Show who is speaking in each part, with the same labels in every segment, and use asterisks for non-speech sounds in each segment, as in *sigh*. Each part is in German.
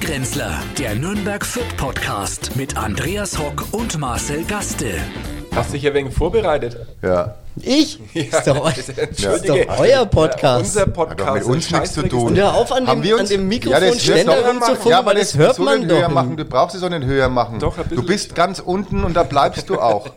Speaker 1: Grenzler, der Nürnberg Fit Podcast mit Andreas Hock und Marcel Gaste.
Speaker 2: Hast dich ja wegen vorbereitet.
Speaker 3: Ja.
Speaker 4: Ich?
Speaker 3: *laughs*
Speaker 2: Ja, *laughs*
Speaker 4: ist doch, eu
Speaker 2: das-
Speaker 4: ist
Speaker 2: Entschuldige.
Speaker 4: doch euer
Speaker 2: Ja,
Speaker 4: Podcast.
Speaker 2: unser
Speaker 3: Hat
Speaker 2: Podcast.
Speaker 3: doch mit uns
Speaker 2: Scheiß
Speaker 3: nichts zu
Speaker 2: Dreck ist
Speaker 3: tun.
Speaker 2: der-
Speaker 4: Hör auf, an
Speaker 3: Haben
Speaker 4: dem-
Speaker 3: wir uns-
Speaker 4: an dem
Speaker 3: das wirst du
Speaker 4: Mikrofonständer
Speaker 3: doch höher machen.
Speaker 4: rumzufummeln,
Speaker 3: Ja, aber
Speaker 4: weil das hört
Speaker 3: wirst du
Speaker 4: man
Speaker 3: nicht
Speaker 4: doch
Speaker 3: Höher
Speaker 4: im-
Speaker 3: machen. Du brauchst es doch nicht höher machen.
Speaker 2: Doch, ein bisschen.
Speaker 3: du bist ganz unten und da bleibst
Speaker 2: *laughs*
Speaker 3: du auch.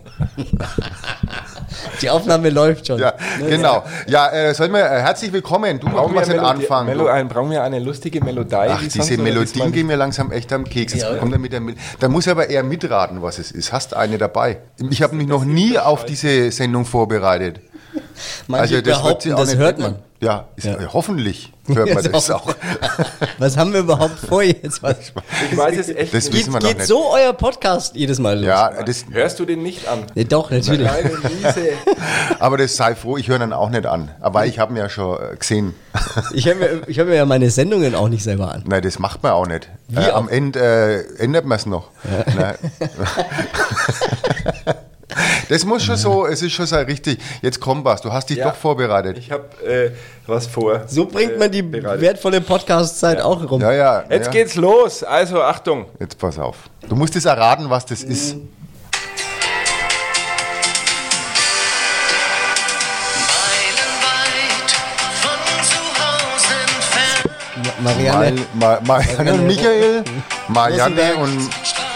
Speaker 4: Die Aufnahme läuft schon.
Speaker 3: Ja, genau. Ja, äh, sollen wir, äh, herzlich willkommen. Du
Speaker 2: Brauchen wir,
Speaker 3: machst den
Speaker 2: Melodie,
Speaker 3: Anfang.
Speaker 2: Melo, ein, brauchen wir eine lustige Melodie?
Speaker 3: Ach,
Speaker 2: die
Speaker 3: diese
Speaker 2: sonst oder
Speaker 3: Melodien
Speaker 2: diesmal-
Speaker 3: gehen mir langsam echt am Keks. Jetzt kommt er mit der Mel- da muss er aber eher mitraten, was es ist. Hast du eine dabei? Ich habe mich noch nie auf diese Sendung vorbereitet.
Speaker 4: Manche
Speaker 3: Also wird
Speaker 4: behaupten,
Speaker 3: sie auch
Speaker 4: das
Speaker 3: nicht
Speaker 4: hört
Speaker 3: hören.
Speaker 4: man.
Speaker 3: Ja, ist, äh,
Speaker 4: *laughs*
Speaker 3: hoffentlich hört man
Speaker 4: Ist
Speaker 3: das
Speaker 4: auch-
Speaker 3: auch. *laughs*
Speaker 4: *laughs* Was haben wir überhaupt vor jetzt? Was,
Speaker 2: Ich weiß es echt
Speaker 3: Das
Speaker 2: nicht.
Speaker 3: wissen wir
Speaker 4: geht
Speaker 3: noch
Speaker 4: geht
Speaker 3: nicht.
Speaker 4: so euer Podcast jedes Mal los?
Speaker 3: Ja, das,
Speaker 2: Hörst du den nicht
Speaker 4: *laughs*
Speaker 2: an?
Speaker 4: Nee, doch, natürlich.
Speaker 2: Eine miese.
Speaker 3: aber das sei froh, ich höre dann auch nicht an. Aber ich habe ihn ja schon äh, gesehen.
Speaker 4: *laughs*
Speaker 3: *laughs*
Speaker 4: Ich höre mir, ich hör mir ja meine Sendungen auch nicht selber an.
Speaker 3: Nein, das macht man auch nicht. Äh,
Speaker 4: auch?
Speaker 3: am Ende äh, ändert man es noch. Nein. *laughs* Das muss schon so, es ist schon so richtig. Jetzt komm was, du hast dich
Speaker 2: Ja.
Speaker 3: doch vorbereitet.
Speaker 2: Ich habe äh, was vor. äh,
Speaker 4: So bringt man die
Speaker 2: bereitet.
Speaker 4: wertvolle Podcast-Zeit auch rum.
Speaker 3: Äh, Ja, ja.
Speaker 2: Jetzt
Speaker 3: ja.
Speaker 2: geht's los. Also Achtung.
Speaker 3: Jetzt pass auf. Du musst es erraten, was das ist.
Speaker 4: Mhm.
Speaker 5: Meilenweit von zu Hause entfernt.
Speaker 4: Ma- Marianne,
Speaker 3: Ma- Ma- Marianne und *laughs* Michael, Marianne
Speaker 4: Rosenberg.
Speaker 3: und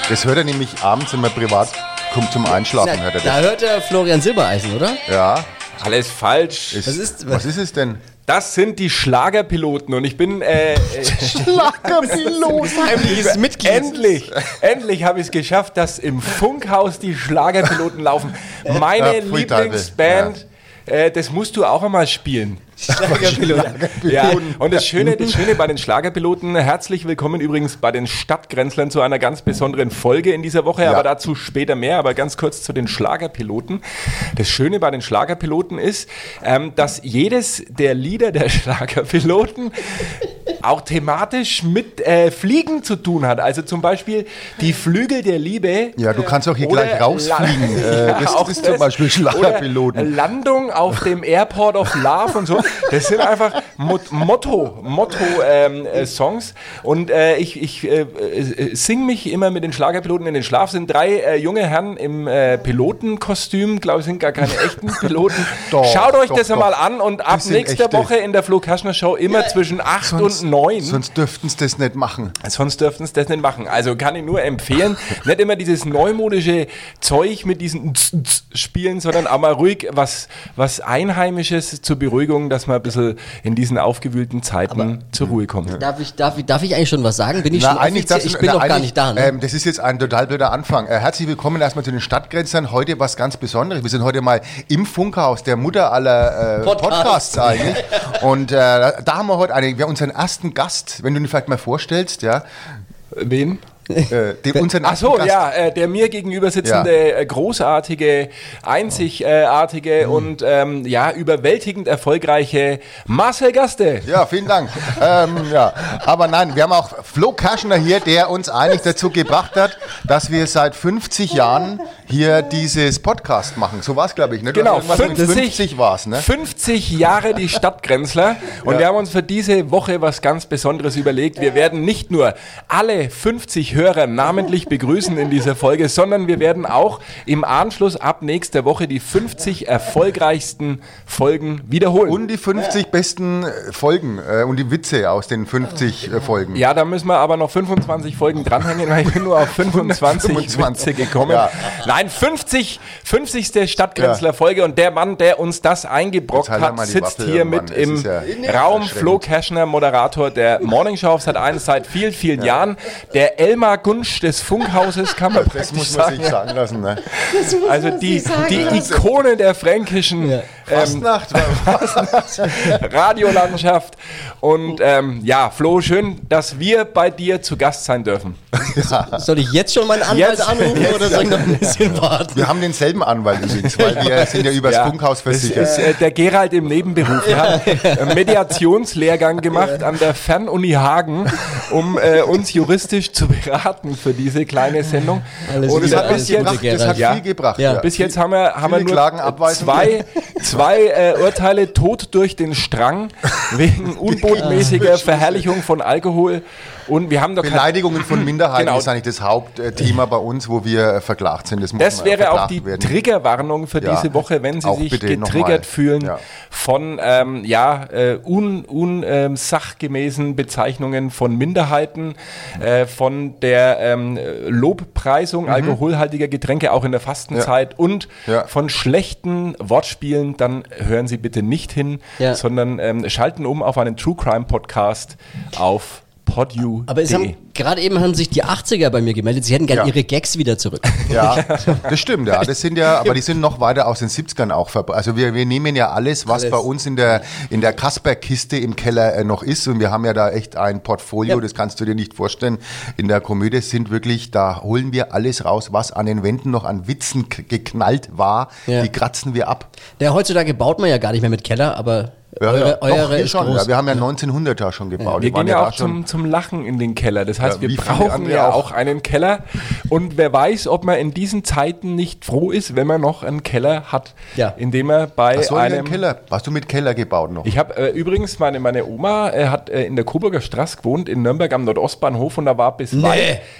Speaker 3: das hört er nämlich abends immer privat, kommt zum Einschlafen,
Speaker 4: na,
Speaker 3: hört er
Speaker 4: da
Speaker 3: das.
Speaker 4: hört er Florian Silbereisen, oder?
Speaker 3: Ja.
Speaker 2: Alles falsch.
Speaker 3: Es-
Speaker 4: Was ist-
Speaker 3: was ist es denn?
Speaker 2: Das sind die Schlagerpiloten und ich bin äh,
Speaker 4: *laughs*
Speaker 2: äh,
Speaker 3: Schlagerpilot.
Speaker 4: Heimliches Mitglied.
Speaker 2: endlich, endlich habe ich es geschafft, dass im Funkhaus die Schlagerpiloten laufen. Meine
Speaker 3: Ja, Pfui, Teufel.
Speaker 2: Lieblingsband, äh, das musst du auch einmal spielen.
Speaker 4: Schlagerpilot.
Speaker 2: Ja, und das Schöne, das Schöne bei den Schlagerpiloten, herzlich willkommen übrigens bei den Stadtgrenzlern zu einer ganz besonderen Folge in dieser Woche, aber dazu später mehr, aber ganz kurz zu den Schlagerpiloten. Das Schöne bei den Schlagerpiloten ist, ähm, dass jedes der Lieder der *laughs* Schlagerpiloten auch thematisch mit äh, Fliegen zu tun hat. Also zum Beispiel die Flügel der Liebe.
Speaker 3: Ja, du kannst auch hier
Speaker 2: Oder
Speaker 3: gleich rausfliegen.
Speaker 2: La- *laughs*
Speaker 3: Äh,
Speaker 2: Ja,
Speaker 3: das
Speaker 2: auch
Speaker 3: ist zum
Speaker 2: das.
Speaker 3: Beispiel
Speaker 2: Oder
Speaker 3: Schlagerpiloten.
Speaker 2: Landung auf dem Airport of Love und so. Das sind einfach Mot Motto, Motto-Songs. und äh, ich, ich äh, äh, sing mich immer mit den Schlagerpiloten in den Schlaf. Sind drei äh, junge Herren im äh, Pilotenkostüm, glaube ich, sind gar keine echten Piloten.
Speaker 3: *laughs* Doch,
Speaker 2: Schaut euch
Speaker 3: doch,
Speaker 2: das
Speaker 3: doch.
Speaker 2: einmal an und ab
Speaker 3: Das sind
Speaker 2: nächster
Speaker 3: echte.
Speaker 2: Woche in der Flo Kaschner Show immer zwischen 8 und 9.
Speaker 3: Sonst dürften sie das nicht machen.
Speaker 2: Sonst dürften sie das nicht machen. Also kann ich nur
Speaker 3: *laughs*
Speaker 2: empfehlen, nicht immer dieses neumodische Zeug mit diesen Ts- Ts Spielen, sondern auch mal ruhig was, was Einheimisches zur Beruhigung, dass man ein bisschen in diesen aufgewühlten Zeiten zur Ruhe kommt.
Speaker 4: Darf ich, darf, ich, darf ich eigentlich schon was sagen? Bin ich schon offiziell?
Speaker 3: darfst du-
Speaker 4: Ich bin
Speaker 3: na,
Speaker 4: noch gar
Speaker 3: eigentlich,
Speaker 4: nicht da. Ne?
Speaker 3: Ähm, das ist jetzt ein total blöder Anfang. Äh, herzlich willkommen erstmal zu den Stadtgrenzern. Heute was ganz Besonderes. Wir sind heute mal im Funkhaus, der Mutter aller äh,
Speaker 4: Podcasts.
Speaker 3: Podcasts eigentlich. Und äh, da haben wir heute einen, wir unseren ersten Gast, wenn du ihn vielleicht mal vorstellst, ja.
Speaker 2: Wen?
Speaker 3: Äh, den, unseren
Speaker 2: Ach so,
Speaker 3: ersten Gast.
Speaker 2: ja, äh, der mir gegenüber sitzende,
Speaker 3: Ja.
Speaker 2: äh, großartige, einzigartige und ähm, ja, überwältigend erfolgreiche Marcel Gaste.
Speaker 3: Ja, vielen Dank. ähm, ja. Aber nein, wir haben auch Flo Kerschner hier, der uns eigentlich dazu gebracht hat, dass wir seit 50 Jahren hier dieses Podcast machen. So war es, glaube ich. Ne? Du
Speaker 2: Genau,
Speaker 3: hast irgendwas mit
Speaker 2: 50,
Speaker 3: 50 war es, ne?
Speaker 2: 50 Jahre die
Speaker 3: *laughs*
Speaker 2: Stadtgrenzler. Und wir haben uns für diese Woche was ganz Besonderes überlegt. Wir werden nicht nur alle 50 Hörer namentlich begrüßen in dieser Folge, sondern wir werden auch im Anschluss ab nächster Woche die 50 erfolgreichsten Folgen wiederholen.
Speaker 3: Und Um die 50 besten äh, Folgen äh, und die Witze aus den 50 äh, Folgen.
Speaker 2: ja, da müssen wir aber noch 25 Folgen dranhängen, weil ich bin nur auf
Speaker 3: *laughs*
Speaker 2: 25 Witze gekommen.
Speaker 3: Ja.
Speaker 2: Nein, 50, 50. Stadtgrenzler-Folge und der Mann, der uns das eingebrockt
Speaker 3: Jetzt halt
Speaker 2: hat,
Speaker 3: einmal die
Speaker 2: sitzt
Speaker 3: Waffel,
Speaker 2: hier
Speaker 3: Mann.
Speaker 2: mit
Speaker 3: Es
Speaker 2: im
Speaker 3: ist ja
Speaker 2: Raum.
Speaker 3: erschreckend.
Speaker 2: Flo Kerschner, Moderator
Speaker 3: *laughs*
Speaker 2: der Morning Show auf Sat 1 seit vielen, vielen Jahren. Der Elmar Gunsch des Funkhauses, kann man
Speaker 3: Das
Speaker 2: praktisch
Speaker 3: muss man
Speaker 2: sagen.
Speaker 3: sich sagen lassen. Ne?
Speaker 2: Also die, die Ikone der fränkischen ähm,
Speaker 3: Fastnacht.
Speaker 2: *laughs* Radiolandschaft. Und ähm, ja, Flo, schön, dass wir bei dir zu Gast sein dürfen.
Speaker 3: ähm,
Speaker 4: soll ich jetzt schon meinen
Speaker 3: *laughs*
Speaker 4: Anwalt
Speaker 2: Jetzt-
Speaker 4: anrufen oder soll ich noch ein bisschen warten?
Speaker 3: Wir haben denselben Anwalt übrigens, weil wir sind ja übers
Speaker 2: Ja,
Speaker 3: Funkhaus versichert.
Speaker 2: Das ist äh, der Gerald im Nebenberuf. Wir
Speaker 3: *laughs*
Speaker 2: haben einen Mediationslehrgang gemacht an der Fernuni Hagen, um äh, uns juristisch zu beraten für diese kleine Sendung.
Speaker 4: Alles
Speaker 3: Und
Speaker 2: Und
Speaker 3: es
Speaker 4: wieder,
Speaker 3: hat,
Speaker 2: bis
Speaker 3: alles
Speaker 4: alles
Speaker 2: jetzt,
Speaker 4: Gute,
Speaker 3: gebracht, das hat
Speaker 4: Gerald.
Speaker 2: Ja.
Speaker 3: viel gebracht.
Speaker 4: Ja.
Speaker 2: bis jetzt haben wir, haben wir
Speaker 3: Viele
Speaker 2: nur
Speaker 3: Klagen abweisen
Speaker 2: zwei Zwei äh, Urteile Tod durch den Strang
Speaker 3: *laughs*
Speaker 2: wegen unbotmäßiger Verherrlichung von Alkohol. Und wir haben doch kein-
Speaker 3: Beleidigungen von Minderheiten
Speaker 2: Genau.
Speaker 3: ist eigentlich das Hauptthema bei uns, wo wir äh, verklagt sind. Das, muss
Speaker 2: Das
Speaker 3: man
Speaker 2: wäre auch
Speaker 3: verklagt
Speaker 2: die
Speaker 3: werden.
Speaker 2: Triggerwarnung für
Speaker 3: Ja,
Speaker 2: diese Woche, wenn Sie
Speaker 3: auch
Speaker 2: sich
Speaker 3: bitte nochmal.
Speaker 2: getriggert fühlen
Speaker 3: Ja.
Speaker 2: von ähm, ja, äh, un, un, ähm, sachgemäßen Bezeichnungen von Minderheiten, äh, von der ähm, Lobpreisung alkoholhaltiger Getränke auch in der Fastenzeit und
Speaker 3: Mhm. Ja.
Speaker 2: von schlechten Wortspielen, dann hören Sie bitte nicht hin,
Speaker 4: Ja.
Speaker 2: sondern ähm, schalten um auf einen True Crime Podcast auf podu.de.
Speaker 4: Aber es haben, gerade eben haben sich die 80er bei mir gemeldet, sie hätten gerne
Speaker 3: Ja.
Speaker 4: ihre Gags wieder zurück.
Speaker 3: Ja, das stimmt, ja. Das sind ja, aber die sind noch weiter aus den 70ern auch verbreitet. Also wir, wir nehmen ja alles, was
Speaker 4: Alles.
Speaker 3: bei uns in der, in der Kasper-Kiste im Keller äh, noch ist. Und wir haben ja da echt ein Portfolio,
Speaker 4: Ja.
Speaker 3: das kannst du dir nicht vorstellen. In der Komödie sind wirklich, da holen wir alles raus, was an den Wänden noch an Witzen k- geknallt war.
Speaker 4: Ja.
Speaker 3: Die kratzen wir ab.
Speaker 4: Der heutzutage baut man ja gar nicht mehr mit Keller, aber eure,
Speaker 3: doch,
Speaker 4: eure
Speaker 3: wir
Speaker 4: ist
Speaker 3: schon,
Speaker 4: groß.
Speaker 3: ja, wir haben ja 1900 da schon gebaut.
Speaker 2: Wir
Speaker 3: Die waren
Speaker 2: gehen ja
Speaker 3: da
Speaker 2: auch zum, zum Lachen in den Keller. Das heißt,
Speaker 3: Ja,
Speaker 2: wir
Speaker 3: wie viele
Speaker 2: brauchen
Speaker 3: andere
Speaker 2: ja auch
Speaker 3: auch.
Speaker 2: einen Keller. Und wer weiß, ob man in diesen Zeiten nicht froh ist, wenn man noch einen Keller hat,
Speaker 4: Ja.
Speaker 2: in dem er bei
Speaker 3: Was soll denn
Speaker 2: einem.
Speaker 3: Keller? Hast du mit Keller gebaut noch?
Speaker 2: Ich habe äh, übrigens, meine, meine Oma äh, hat äh, in der Coburger Straße gewohnt, in Nürnberg am Nordostbahnhof und da war bis
Speaker 4: Nee, Hm.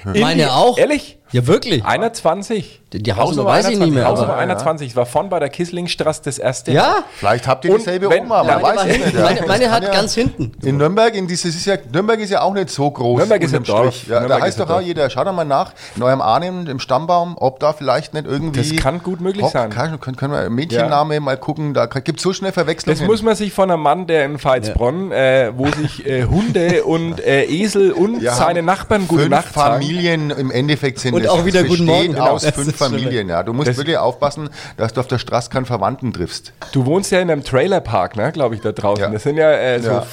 Speaker 2: weit. in
Speaker 4: meine
Speaker 2: die-
Speaker 4: auch.
Speaker 2: Ehrlich?
Speaker 4: Ja, wirklich.
Speaker 2: 21.
Speaker 4: Die- die Hausnummer weiß ich nicht mehr,
Speaker 2: Hausnummer
Speaker 4: aber-
Speaker 2: 21. Es war vorn bei der Kisslingstraße das erste.
Speaker 4: Ja?
Speaker 3: Vielleicht habt ihr
Speaker 2: Und
Speaker 3: dieselbe
Speaker 2: wenn-
Speaker 3: Oma, man
Speaker 2: Meine
Speaker 3: weiß
Speaker 4: war
Speaker 3: es
Speaker 4: hinten.
Speaker 3: nicht. ja.
Speaker 4: Meine, meine
Speaker 3: Das
Speaker 4: hat
Speaker 3: kann ja-
Speaker 4: ganz hinten.
Speaker 3: In Nürnberg, in dieses ist ja, Nürnberg ist ja auch nicht so groß.
Speaker 2: Nürnberg ist
Speaker 3: unterm
Speaker 2: ein Dorf.
Speaker 3: Strich. Ja,
Speaker 2: Nürnberg
Speaker 3: da heißt
Speaker 2: ist ein
Speaker 3: doch auch
Speaker 2: Dorf.
Speaker 3: jeder, schau doch mal nach, in eurem Ahnen, im Stammbaum, ob da vielleicht nicht irgendwie.
Speaker 2: Das kann gut möglich
Speaker 3: Hopp,
Speaker 2: sein.
Speaker 3: Kann, können, können wir Mädchenname mal gucken, da gibt es so schnell Verwechslungen.
Speaker 2: Das muss man sich von einem Mann, der in Veitsbronn, äh, wo sich äh, Hunde und äh, Esel und
Speaker 3: Ja,
Speaker 2: seine Nachbarn gute
Speaker 3: fünf
Speaker 2: Nacht sagen.
Speaker 3: Familien im Endeffekt sind
Speaker 4: Und
Speaker 3: es.
Speaker 4: auch wieder
Speaker 3: Es
Speaker 4: guten
Speaker 3: besteht
Speaker 4: Morgen.
Speaker 3: aus
Speaker 4: Genau, das
Speaker 3: fünf
Speaker 4: ist das Schlimme.
Speaker 3: Familien, ja. Du musst
Speaker 2: Das-
Speaker 3: wirklich aufpassen, dass du auf der Straße keinen Verwandten triffst.
Speaker 2: Du wohnst ja in einem Trailerpark, ne, glaube ich, da draußen.
Speaker 3: Ja.
Speaker 2: Das sind ja äh, so.
Speaker 3: Ja.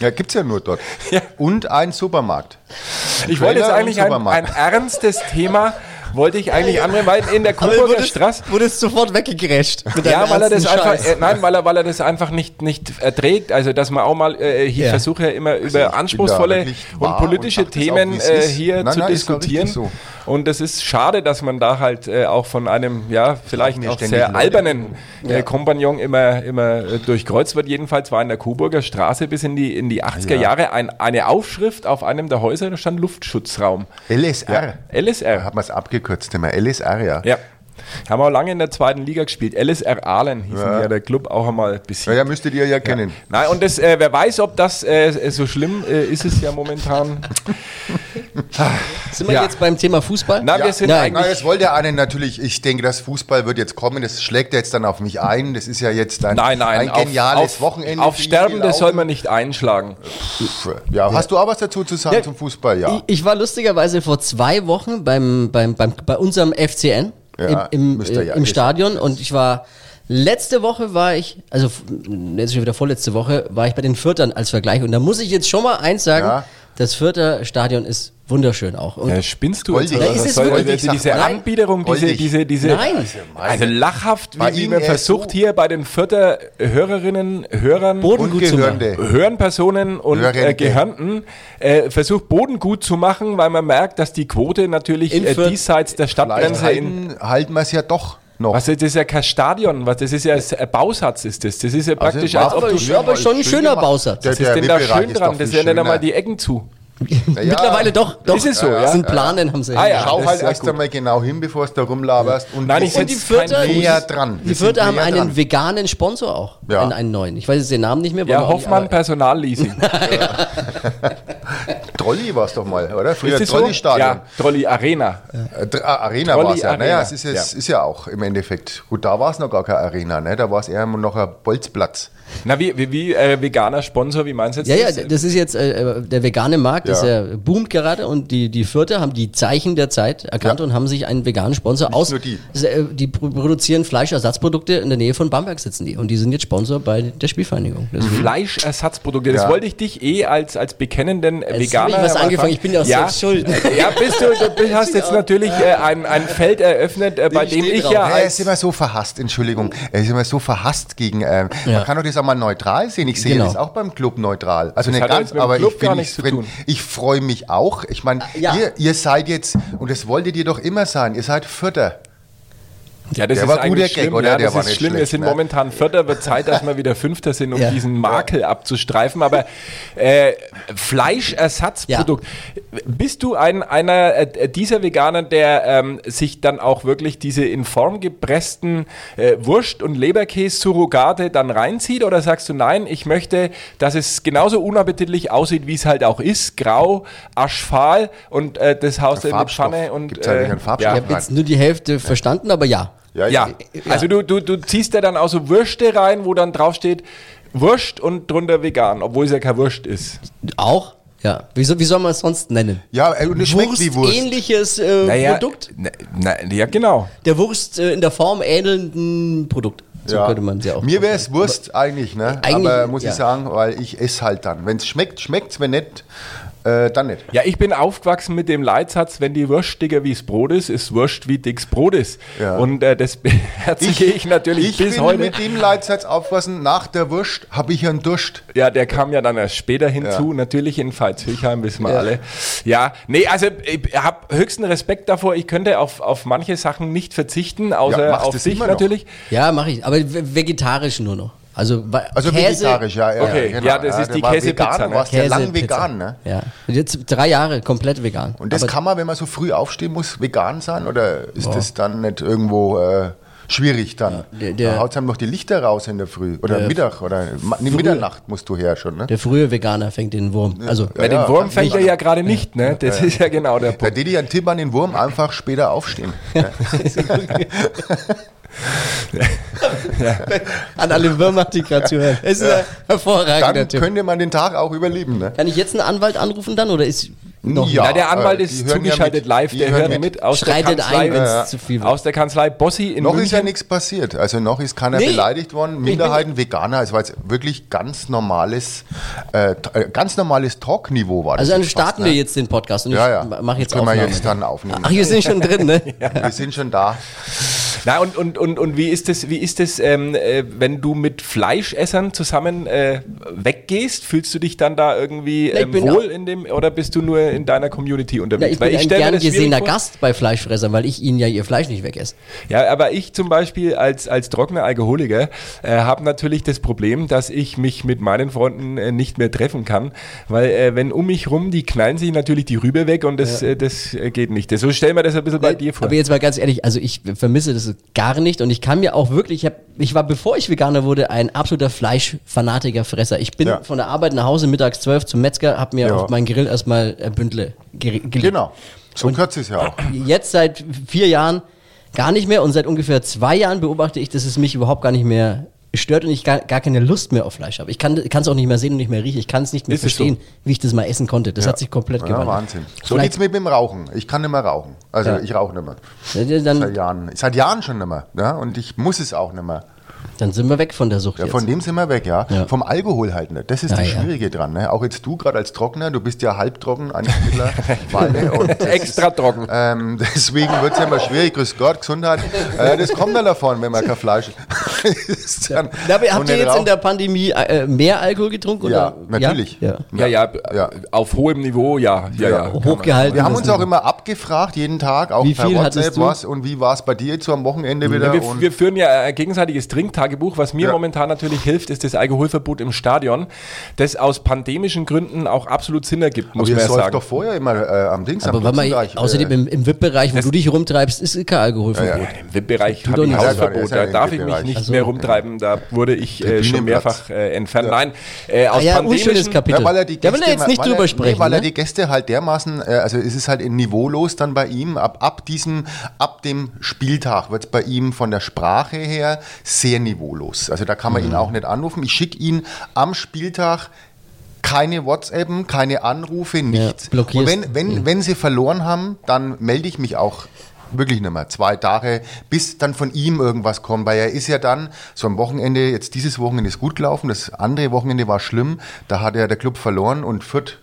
Speaker 3: Ja, gibt's ja nur dort.
Speaker 2: *laughs* Ja.
Speaker 3: Und ein Supermarkt.
Speaker 2: *laughs* Ich wollte jetzt
Speaker 3: Trailer und
Speaker 2: eigentlich ein, ein
Speaker 3: Supermarkt.
Speaker 2: ernstes Thema, wollte ich eigentlich anbringen, weil in der
Speaker 4: Aber
Speaker 2: Coburger
Speaker 4: wurdest-
Speaker 2: Straße.
Speaker 4: wurdest sofort weggegrätscht. mit deinem
Speaker 2: Ja, weil er das
Speaker 4: ernsten
Speaker 2: einfach,
Speaker 4: Scheiß.
Speaker 2: äh, nein, weil er, weil er das einfach nicht, nicht erträgt. Also, dass man auch mal, äh, hier
Speaker 4: Ja.
Speaker 2: versuche ja immer über
Speaker 3: Also ich bin da
Speaker 2: anspruchsvolle
Speaker 3: wirklich
Speaker 2: und
Speaker 3: wahr
Speaker 2: politische
Speaker 3: und sag das auch,
Speaker 2: Themen
Speaker 3: wie es
Speaker 2: äh,
Speaker 3: ist.
Speaker 2: hier
Speaker 3: Nein,
Speaker 2: zu
Speaker 3: nein, ist doch
Speaker 2: diskutieren.
Speaker 3: richtig
Speaker 2: Und es ist schade, dass man da halt äh, auch von einem, ja, vielleicht
Speaker 3: mir
Speaker 2: auch
Speaker 3: ständig
Speaker 2: sehr
Speaker 3: Leute.
Speaker 2: albernen äh, Kompagnon immer, immer äh, durchkreuzt wird. Jedenfalls war in der Coburger Straße bis in die, in die 80er Jahre ein, eine Aufschrift auf einem der Häuser, da stand Luftschutzraum.
Speaker 3: LSR.
Speaker 2: LSR.
Speaker 3: Da hat man es abgekürzt immer. LSR, ja.
Speaker 2: Ja. Haben auch lange in der zweiten Liga gespielt. LSR Aalen hießen ja,
Speaker 3: Ja.
Speaker 2: ja der Club auch einmal
Speaker 3: Ja,
Speaker 2: besiegt.
Speaker 3: ja, müsstet ihr ja kennen.
Speaker 2: Nein, und das, äh, wer weiß, ob das äh, so schlimm äh, ist es ja momentan.
Speaker 3: *laughs*
Speaker 4: Sind wir
Speaker 2: Ja.
Speaker 4: jetzt beim Thema Fußball?
Speaker 2: Na, wir sind
Speaker 4: Nein.
Speaker 3: Nein,
Speaker 2: eigentlich.
Speaker 3: das wollte einen natürlich. Ich denke, das Fußball wird jetzt kommen. Das schlägt jetzt dann auf mich ein. Das ist ja jetzt ein,
Speaker 2: Nein, nein,
Speaker 3: ein geniales
Speaker 2: auf,
Speaker 3: Wochenende.
Speaker 2: Auf
Speaker 3: Viel
Speaker 2: Sterbende
Speaker 3: gelaufen.
Speaker 2: soll man nicht einschlagen.
Speaker 3: Ja, hast du auch was dazu zu sagen
Speaker 4: Ja.
Speaker 3: zum Fußball? Ja.
Speaker 4: Ich, ich war lustigerweise vor zwei Wochen beim, beim, beim, bei unserem FCN
Speaker 3: Ja,
Speaker 4: im, im,
Speaker 3: müsst ihr
Speaker 4: äh,
Speaker 3: ja
Speaker 4: im
Speaker 3: wissen.
Speaker 4: Stadion und ich war letzte Woche war ich, also f- jetzt schon wieder vorletzte Woche, war ich bei den Fürtern als Vergleich und da muss ich jetzt schon mal eins sagen,
Speaker 3: Ja.
Speaker 4: das Fürther Stadion ist wunderschön auch. Und
Speaker 2: Ja, spinnst du
Speaker 3: Goldig.
Speaker 2: jetzt? oder
Speaker 3: Da
Speaker 2: was?
Speaker 4: ist es
Speaker 2: Soll-
Speaker 4: wirklich,
Speaker 2: also
Speaker 3: sag
Speaker 2: diese
Speaker 3: mal.
Speaker 4: Nein.
Speaker 2: Anbiederung, diese,
Speaker 3: Goldig.
Speaker 2: diese, diese.
Speaker 4: Nein.
Speaker 2: Also lachhaft,
Speaker 3: Bei
Speaker 2: wie, wie
Speaker 3: ihm
Speaker 2: man
Speaker 3: erst
Speaker 2: versucht,
Speaker 3: so.
Speaker 2: hier bei den Vierter Hörerinnen, Hörern,
Speaker 4: Boden gut zu machen.
Speaker 3: Ungehörnte.
Speaker 2: Hörenpersonen und äh,
Speaker 3: Hörende.
Speaker 2: Gehörnten äh, versucht, Boden gut zu machen, weil man merkt, dass die Quote natürlich
Speaker 4: In
Speaker 2: äh,
Speaker 4: Fürth-
Speaker 2: diesseits der
Speaker 3: Vielleicht
Speaker 2: Stadtgrenze in.
Speaker 3: halten, halten wir es ja doch noch.
Speaker 2: Was, das ist ja kein Stadion, was, das ist ja ein Bausatz, ist das. Das ist ja
Speaker 3: Also,
Speaker 2: praktisch,
Speaker 3: war
Speaker 2: als ob du.
Speaker 4: ich- aber
Speaker 3: mal
Speaker 4: schon ein
Speaker 3: schön
Speaker 4: schöner
Speaker 3: gemacht.
Speaker 4: Bausatz.
Speaker 3: Der,
Speaker 2: Was ist
Speaker 3: der
Speaker 2: denn da schön
Speaker 3: Wipfelbereich
Speaker 2: dran?
Speaker 3: ist
Speaker 2: Das
Speaker 3: doch viel
Speaker 2: wären ja dann mal
Speaker 3: schöner.
Speaker 2: die Ecken zu.
Speaker 3: Naja,
Speaker 4: Mittlerweile doch, doch.
Speaker 2: Ist es so, ja?
Speaker 4: Sind Planen, haben sie.
Speaker 2: Ah, ja.
Speaker 3: Schau
Speaker 2: das
Speaker 3: halt
Speaker 2: ist ja
Speaker 3: erst
Speaker 2: gut.
Speaker 3: einmal genau hin, bevor es da rumlaberst. Und
Speaker 2: Nein,
Speaker 3: wir
Speaker 2: ich
Speaker 3: sind
Speaker 4: Und
Speaker 2: find's
Speaker 4: die
Speaker 2: kein
Speaker 4: Vierter,
Speaker 2: Fuß.
Speaker 3: näher dran.
Speaker 4: Die
Speaker 3: Wir
Speaker 4: Vierter
Speaker 3: sind
Speaker 4: haben
Speaker 3: näher
Speaker 4: einen
Speaker 3: dran.
Speaker 4: veganen Sponsor auch.
Speaker 3: Ja.
Speaker 4: Einen, einen neuen. Ich weiß jetzt den Namen nicht mehr. wollen wir
Speaker 2: Ja,
Speaker 4: auch
Speaker 2: Hoffmann
Speaker 4: nicht, aber-
Speaker 2: Personalleasing.
Speaker 3: Trolli war es doch mal, oder? Früher
Speaker 2: das so?
Speaker 3: Trolli-Stadion.
Speaker 2: Ja, Trolli Arena.
Speaker 3: Äh, Dr- ah, Arena
Speaker 2: Trolli
Speaker 3: war es ja.
Speaker 2: Arena.
Speaker 3: Naja, es ist, es ist ja auch im Endeffekt. Gut, da war es noch gar keine Arena, ne? Da war es eher noch ein Bolzplatz.
Speaker 2: Na, wie, wie, wie äh, veganer Sponsor, wie meinst du jetzt?
Speaker 4: Ja, ja,
Speaker 2: das?
Speaker 4: das ist jetzt äh, der vegane Markt, das
Speaker 3: Ja.
Speaker 4: ist ja boomt gerade und die, die Vierte haben die Zeichen der Zeit erkannt
Speaker 3: Ja.
Speaker 4: und haben sich einen veganen Sponsor aus.
Speaker 3: nur die.
Speaker 4: Se- äh, die pro- produzieren Fleischersatzprodukte in der Nähe von Bamberg sitzen die und die sind jetzt Sponsor bei der Spielvereinigung.
Speaker 3: Mhm.
Speaker 4: Deswegen-
Speaker 2: Also Fleischersatzprodukte. Das
Speaker 3: Ja.
Speaker 2: wollte ich dich eh als, als bekennenden äh,
Speaker 4: Jetzt hab
Speaker 2: Veganer.
Speaker 4: ich was
Speaker 2: am
Speaker 4: angefangen,
Speaker 2: Anfang-
Speaker 4: ich bin ja auch
Speaker 2: ja,
Speaker 4: selbst schuld.
Speaker 2: Ja, bist du, du bist, hast jetzt natürlich äh, ein, ein Feld eröffnet, äh, bei
Speaker 4: Ich
Speaker 2: dem
Speaker 4: steh
Speaker 2: ich
Speaker 4: drauf.
Speaker 2: ja
Speaker 4: Ja,
Speaker 3: Er ist
Speaker 2: als.
Speaker 3: immer so verhasst, Entschuldigung. Er ist immer so verhasst gegen. Ähm,
Speaker 4: Ja.
Speaker 3: Man kann doch das auch mal neutral sehen. Ich sehe
Speaker 4: Genau.
Speaker 3: das auch beim Club neutral. Also
Speaker 2: Das
Speaker 3: nicht
Speaker 2: hat doch
Speaker 3: ganz,
Speaker 2: jetzt mit dem
Speaker 3: aber
Speaker 2: Club
Speaker 3: ich
Speaker 2: gar
Speaker 3: bin
Speaker 2: nichts
Speaker 3: ich,
Speaker 2: zu
Speaker 3: drin.
Speaker 2: tun.
Speaker 3: ich freue mich auch. Ich meine,
Speaker 4: Ja.
Speaker 3: ihr, ihr seid jetzt, und das wolltet ihr doch immer sein, ihr seid Vierter.
Speaker 2: Ja, das
Speaker 3: Der
Speaker 2: ist
Speaker 3: war
Speaker 2: eigentlich
Speaker 3: guter
Speaker 2: schlimm.
Speaker 3: Gag, oder?
Speaker 2: Ja,
Speaker 3: Der
Speaker 2: das
Speaker 3: war
Speaker 2: ist
Speaker 3: nicht
Speaker 2: schlimm. wir
Speaker 3: schlecht,
Speaker 2: sind
Speaker 3: ne?
Speaker 2: momentan Vierter, wird Zeit, dass wir wieder Fünfter sind, um
Speaker 4: Ja.
Speaker 2: diesen Makel abzustreifen. Aber äh, Fleischersatzprodukt. Bist du ein, einer äh, dieser Veganer, der ähm, sich dann auch wirklich diese in Form gepressten äh, Wurst- und Leberkäs-Surrogate dann reinzieht? Oder sagst du, nein, ich möchte, dass es genauso unappetitlich aussieht, wie es halt auch ist. Grau, aschfahl und äh, das haust du in die
Speaker 3: Farbstoff.
Speaker 2: Pfanne. und, äh,
Speaker 3: Gibt's eigentlich einen Farbstoff?
Speaker 2: ja.
Speaker 4: Ich habe jetzt nur die Hälfte verstanden, aber ja.
Speaker 3: Ja,
Speaker 2: Ja, also du, du, du ziehst da dann auch so Würste rein, wo dann draufsteht Wurst und drunter vegan, obwohl es ja kein Wurst ist.
Speaker 4: Auch? Ja. Wie, so- wie soll man es sonst nennen?
Speaker 3: Ja, äh, und es schmeckt wie Wurst.
Speaker 4: ähnliches äh, Produkt.
Speaker 2: Na, na, ja, genau.
Speaker 4: Der Wurst äh, in der Form ähnelnden Produkt. So
Speaker 3: Ja.
Speaker 4: könnte man sie auch
Speaker 3: Mir wäre es Wurst eigentlich, ne?
Speaker 4: Eigentlich,
Speaker 3: Aber muss
Speaker 4: ja.
Speaker 3: ich sagen, weil ich esse halt dann. Wenn es schmeckt, schmeckt's. Wenn nicht, äh, dann nicht.
Speaker 2: Ja, ich bin aufgewachsen mit dem Leitsatz, wenn die Wurst dicker wie's Brot ist, ist Wurst wie dicks Brot ist.
Speaker 3: Ja.
Speaker 2: Und äh, das *laughs* beherzige ich, natürlich
Speaker 3: ich
Speaker 2: bis
Speaker 3: bin
Speaker 2: heute.
Speaker 3: mit dem Leitsatz aufpassen, nach der Wurst habe ich einen Durst.
Speaker 2: Ja, der kam ja dann erst später hinzu, natürlich in Pfalz-Hülchheim, wissen wir alle. Ja, nee, also ich habe höchsten Respekt davor, ich könnte auf, auf manche Sachen nicht verzichten, außer
Speaker 3: machst
Speaker 2: auf
Speaker 3: es
Speaker 2: dich
Speaker 3: immer noch.
Speaker 2: natürlich.
Speaker 4: Ja, mache ich. Aber ve- vegetarisch nur noch. Also, weil
Speaker 3: Also vegetarisch, ja. ja
Speaker 2: Okay,
Speaker 3: genau.
Speaker 2: ja, das ist
Speaker 3: der
Speaker 2: die
Speaker 3: war
Speaker 2: Käsepizza,
Speaker 3: Vegan,
Speaker 2: ne?
Speaker 3: warst ja lang
Speaker 4: Käsepizza.
Speaker 3: vegan, ne?
Speaker 4: Ja. Und jetzt drei Jahre komplett vegan.
Speaker 3: Und das
Speaker 4: Aber
Speaker 3: kann man, wenn man so früh aufstehen muss, vegan sein? Oder ist das dann nicht irgendwo äh, schwierig dann?
Speaker 4: der- der-
Speaker 3: da haut einem noch die Lichter raus in der Früh. Oder Mittag. Oder Ma- nee, Mitternacht musst du her schon, ne?
Speaker 4: der frühe Veganer fängt den Wurm. Also,
Speaker 2: Bei
Speaker 3: Ja,
Speaker 2: den Wurm
Speaker 3: kann
Speaker 2: fängt
Speaker 3: ich-
Speaker 2: er ja gerade nicht, ne? Das ist ja genau der
Speaker 3: Da
Speaker 2: Punkt.
Speaker 3: hätte ich einen Tipp an den Wurm, einfach später aufstehen.
Speaker 4: an alle Würmer,
Speaker 3: *laughs*
Speaker 4: die gerade zuhören. Das ist ein hervorragender
Speaker 3: Dann
Speaker 4: Tipp.
Speaker 3: könnte man den Tag auch überleben, ne?
Speaker 4: Kann ich jetzt einen Anwalt anrufen dann oder ist noch
Speaker 3: Ja.
Speaker 2: Na, der Anwalt
Speaker 3: äh, die
Speaker 2: ist
Speaker 3: hören ja
Speaker 2: zugeschaltet
Speaker 3: mit.
Speaker 2: live,
Speaker 3: Die
Speaker 2: der
Speaker 3: hören
Speaker 2: hört
Speaker 3: mit.
Speaker 2: mit, aus
Speaker 4: Schreitet
Speaker 2: der Kanzlei.
Speaker 4: ein, wenn es zu viel wird.
Speaker 2: Aus der Kanzlei Bossi in
Speaker 3: Noch ist ja
Speaker 2: München.
Speaker 3: nichts passiert. Also noch ist keiner
Speaker 4: Nee.
Speaker 3: beleidigt worden. Minderheiten, Veganer. Es war jetzt wirklich ganz normales, äh, t- äh, ganz normales Talkniveau war das.
Speaker 4: Also dann
Speaker 3: jetzt
Speaker 4: starten
Speaker 3: fast,
Speaker 4: wir
Speaker 3: ne?
Speaker 4: jetzt den Podcast und
Speaker 3: Ja,
Speaker 4: ich
Speaker 3: ja.
Speaker 4: ma- mache jetzt
Speaker 3: Können
Speaker 4: Aufnahme.
Speaker 3: wir jetzt dann aufnehmen.
Speaker 4: Ach, wir sind schon
Speaker 3: *laughs*
Speaker 4: drin, ne?
Speaker 3: Wir sind schon da.
Speaker 2: Na und, und, und, und wie ist das, wie ist das ähm, äh, wenn du mit Fleischessern zusammen äh, weggehst? Fühlst du dich dann da irgendwie
Speaker 4: Ja, ich
Speaker 2: ähm,
Speaker 4: bin
Speaker 2: wohl
Speaker 4: auch-
Speaker 2: in dem oder bist du nur in deiner Community
Speaker 4: Ja,
Speaker 2: unterwegs?
Speaker 4: ich bin ein
Speaker 2: stell mir
Speaker 4: gern
Speaker 2: das schwierig
Speaker 4: gesehener
Speaker 2: vor.
Speaker 4: Gast bei Fleischfressern, weil ich ihnen ja ihr Fleisch nicht wegesse.
Speaker 2: Ja, aber ich zum Beispiel als, als trockener Alkoholiker äh, habe natürlich das Problem, dass ich mich mit meinen Freunden äh, nicht mehr treffen kann, weil äh, wenn um mich rum, die knallen sich natürlich die Rübe weg und das, äh, das äh, geht nicht. Das, so stellen wir das ein bisschen bei dir vor.
Speaker 4: Aber jetzt mal ganz ehrlich, also ich vermisse das gar nicht und ich kann mir auch wirklich, ich, hab, ich war, bevor ich Veganer wurde, ein absoluter Fleischfanatiker, Fresser. Ich bin
Speaker 3: Ja.
Speaker 4: von der Arbeit nach Hause mittags zwölf zum Metzger, hab mir
Speaker 3: Ja.
Speaker 4: auf meinen Grill erstmal äh, Bündle ge- gelegt.
Speaker 3: Genau. So kürzt es ja auch.
Speaker 4: Jetzt seit vier Jahren gar nicht mehr und seit ungefähr zwei Jahren beobachte ich, dass es mich überhaupt gar nicht mehr stört und ich gar, gar keine Lust mehr auf Fleisch habe. Ich kann es auch nicht mehr sehen und nicht mehr riechen. Ich kann es nicht mehr
Speaker 2: Ist es
Speaker 4: verstehen, wie ich das mal essen konnte. Das hat sich komplett
Speaker 3: Ja,
Speaker 4: gewandelt.
Speaker 3: Wahnsinn. So
Speaker 4: Vielleicht-
Speaker 3: geht's mir mit dem Rauchen. Ich kann nicht mehr rauchen. Also
Speaker 4: Ja.
Speaker 3: ich rauche nicht mehr. Seit
Speaker 4: Äh, Dann,
Speaker 3: Jahren. Seit Jahren schon nicht mehr. Ja? Und ich muss es auch nicht mehr.
Speaker 4: dann sind wir weg von der Sucht
Speaker 3: Ja,
Speaker 4: jetzt.
Speaker 3: von dem sind wir weg, ja.
Speaker 4: Ja.
Speaker 3: Vom Alkohol halt nicht. Das ist
Speaker 4: Ja,
Speaker 3: das
Speaker 4: ja.
Speaker 3: Schwierige dran. Ne? Auch jetzt du gerade als Trockner, du bist ja halbtrocken,
Speaker 4: *laughs*
Speaker 3: Einspieler. Weine und
Speaker 2: *laughs*
Speaker 3: das
Speaker 2: Extra
Speaker 3: ist,
Speaker 2: trocken.
Speaker 3: Ähm, *laughs* deswegen wird es ja immer schwierig. Grüß Gott, Gesundheit. Äh, das kommt dann davon, wenn man kein Fleisch *laughs* isst. Dann-
Speaker 4: Na, aber habt
Speaker 3: und
Speaker 4: ihr
Speaker 3: den
Speaker 4: jetzt in
Speaker 3: Rauch-
Speaker 4: der Pandemie äh, mehr Alkohol getrunken?
Speaker 3: Ja,
Speaker 4: oder?
Speaker 3: natürlich.
Speaker 4: Ja?
Speaker 2: ja, ja, b-
Speaker 3: Ja.
Speaker 2: auf hohem Niveau, ja, ja,
Speaker 3: Ja.
Speaker 2: ja.
Speaker 4: Ja. Hochgehalten.
Speaker 3: Wir haben
Speaker 4: das
Speaker 3: uns auch
Speaker 4: Niveau.
Speaker 3: immer abgefragt, jeden Tag, auch
Speaker 4: Wie
Speaker 3: per
Speaker 4: viel hattest
Speaker 3: WhatsApp
Speaker 4: du?
Speaker 3: was und wie war es bei dir jetzt so am Wochenende wieder.
Speaker 2: Wir,
Speaker 3: und
Speaker 2: wir führen ja ein gegenseitiges Trinktagebuch. Was mir
Speaker 3: Ja.
Speaker 2: momentan natürlich hilft, ist das Alkoholverbot im Stadion, das aus pandemischen Gründen auch absolut Sinn ergibt, muss
Speaker 3: aber ihr
Speaker 2: man ja
Speaker 3: säuft
Speaker 2: sagen.
Speaker 3: doch vorher immer äh, am Dings,
Speaker 4: Aber
Speaker 3: am
Speaker 4: wenn man,
Speaker 3: Dutzendreich,
Speaker 4: außerdem
Speaker 3: äh,
Speaker 4: im, im VIP-Bereich, wo du dich rumtreibst, ist kein Alkoholverbot.
Speaker 2: Ja, Im VIP-Bereich
Speaker 4: doch
Speaker 2: habe ich
Speaker 4: nicht. Also,
Speaker 2: Hausverbot,
Speaker 3: Ist ja
Speaker 2: da
Speaker 3: im
Speaker 2: darf ich mich
Speaker 3: VIP-Bereich.
Speaker 2: nicht
Speaker 4: Ach so.
Speaker 2: mehr rumtreiben, da wurde ich äh, schon
Speaker 3: Bühnenplatz.
Speaker 2: mehrfach äh, entfernt. Nein, äh, aus
Speaker 4: Ah ja, unschönes
Speaker 2: pandemischen...
Speaker 4: Kapitel.
Speaker 3: Ja, weil er die
Speaker 4: da will er
Speaker 3: Gäste-
Speaker 4: jetzt nicht
Speaker 3: weil er-
Speaker 4: drüber sprechen.
Speaker 3: Nee, weil er
Speaker 4: ne?
Speaker 3: die Gäste halt dermaßen, äh, also es ist halt in niveaulos dann bei ihm. Ab, ab diesem, ab dem Spieltag wird es bei ihm von der Sprache her sehr niveaulos. Also da kann man ihn auch nicht anrufen. Ich schicke ihn am Spieltag keine WhatsAppen, keine Anrufe, nichts. Und
Speaker 4: blockierst.
Speaker 3: wenn, wenn, wenn sie verloren haben, dann melde ich mich auch wirklich nicht mehr. Zwei Tage, bis dann von ihm irgendwas kommt. Weil er ist ja dann so am Wochenende, jetzt dieses Wochenende ist gut gelaufen, das andere Wochenende war schlimm, da hat ja der Club verloren und Fürth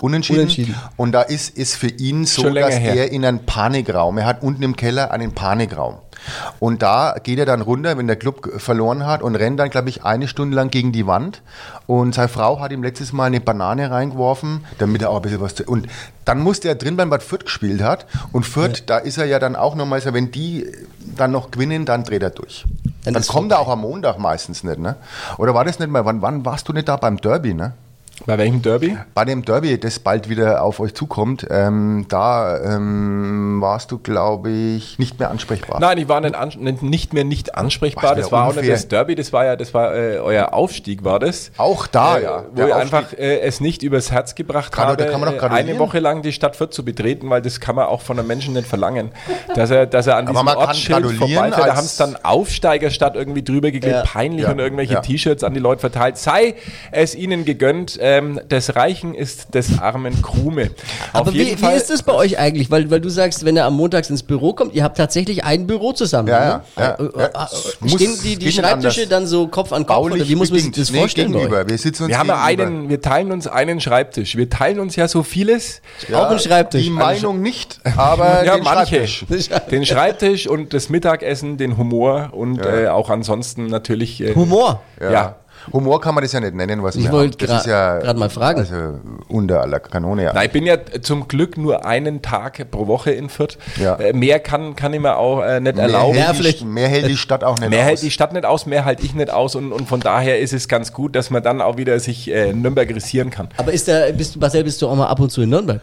Speaker 3: Unentschieden.
Speaker 4: Unentschieden.
Speaker 3: Und da ist es für ihn so,
Speaker 2: Schon länger
Speaker 3: dass
Speaker 2: her.
Speaker 3: er in einen Panikraum, er hat unten im Keller einen Panikraum. Und da geht er dann runter, wenn der Club verloren hat und rennt dann, glaube ich, eine Stunde lang gegen die Wand. Und seine Frau hat ihm letztes Mal eine Banane reingeworfen, damit er auch ein bisschen was zu... Und dann musste er drin bleiben, weil Fürth gespielt hat. Und Fürth, da ist er ja dann auch nochmal, so, wenn die dann noch gewinnen, dann dreht er durch.
Speaker 4: Dann
Speaker 3: Dann,
Speaker 4: ist
Speaker 3: kommt er auch am Montag meistens nicht, ne? Oder war das nicht mal, wann, wann warst du nicht da beim Derby, ne?
Speaker 2: Bei welchem Derby?
Speaker 3: Bei dem Derby, das bald wieder auf euch zukommt, ähm, da ähm, warst du, glaube ich, nicht mehr ansprechbar.
Speaker 2: Nein, ich war nicht, ans- nicht- nicht mehr nicht ansprechbar.
Speaker 3: Was,
Speaker 2: das
Speaker 3: wär
Speaker 2: war auch
Speaker 3: unfair.
Speaker 2: nicht das Derby, das war ja, das war äh, euer Aufstieg, war das.
Speaker 3: Auch da,
Speaker 2: äh,
Speaker 3: ja.
Speaker 2: Wo
Speaker 3: Der
Speaker 2: ich
Speaker 3: Aufstieg.
Speaker 2: einfach äh, es nicht übers Herz gebracht
Speaker 3: Kann-
Speaker 2: habe,
Speaker 3: da kann man doch
Speaker 2: äh,
Speaker 3: gratulieren.
Speaker 2: eine Woche lang die Stadt Fürth zu betreten, weil das kann man auch von einem Menschen nicht verlangen. Dass er, dass er an diesem
Speaker 3: man kann
Speaker 2: Ortsschild
Speaker 3: gratulieren
Speaker 2: vorbeifährt, da
Speaker 3: als-
Speaker 2: haben es dann Aufsteigerstadt irgendwie drüber geklebt,
Speaker 4: Ja.
Speaker 2: peinlich
Speaker 3: Ja.
Speaker 2: und irgendwelche
Speaker 3: Ja.
Speaker 2: T-Shirts an die Leute verteilt. Sei es ihnen gegönnt, ähm, des Reichen ist des armen Krume.
Speaker 4: Aber wie, wie ist es bei euch eigentlich? Weil, weil du sagst, wenn er am Montags ins Büro kommt, ihr habt tatsächlich ein Büro zusammen.
Speaker 3: Ja,
Speaker 4: ne?
Speaker 3: ja, ja,
Speaker 4: Äh,
Speaker 3: ja.
Speaker 4: äh, äh,
Speaker 3: Es muss-
Speaker 4: Stehen die, die
Speaker 3: geht nicht
Speaker 4: Schreibtische
Speaker 3: anders.
Speaker 4: dann so Kopf an Kopf?
Speaker 3: Baulich
Speaker 4: Oder wie muss man sich
Speaker 3: bedingt.
Speaker 4: das
Speaker 3: Nee,
Speaker 4: vorstellen? bei euch?
Speaker 3: gegenüber. Wir sitzen uns
Speaker 2: Wir haben ja
Speaker 3: gegenüber.
Speaker 2: einen, wir teilen uns einen Schreibtisch. Wir teilen uns ja so vieles.
Speaker 4: Auch ein Schreibtisch.
Speaker 3: Die Meinung nicht, aber
Speaker 2: Also *laughs* ja,
Speaker 3: den
Speaker 2: manche.
Speaker 3: Schreibtisch.
Speaker 2: *laughs* Den Schreibtisch und das Mittagessen, den Humor und äh, auch ansonsten natürlich. Äh,
Speaker 4: Humor.
Speaker 2: Ja.
Speaker 3: Humor kann man das ja nicht nennen, was
Speaker 4: Ich
Speaker 3: wir
Speaker 4: wollte
Speaker 3: haben. Das ist
Speaker 4: gra- grad mal fragen.
Speaker 3: Also unter aller Kanone. Ja.
Speaker 2: Na, ich bin ja zum Glück nur einen Tag pro Woche in Fürth.
Speaker 3: Ja.
Speaker 2: Äh, mehr kann, kann ich mir auch äh, nicht
Speaker 3: mehr,
Speaker 2: erlauben.
Speaker 4: Ja,
Speaker 3: hält
Speaker 4: vielleicht-
Speaker 3: die, mehr hält die Stadt auch nicht
Speaker 2: Mehr
Speaker 3: aus.
Speaker 2: hält die Stadt nicht aus, mehr halt ich nicht aus und, und von daher ist es ganz gut, dass man dann auch wieder sich äh, Nürnberg risieren kann.
Speaker 4: Aber ist der, bist du, Marcel, bist du auch mal ab und zu in Nürnberg?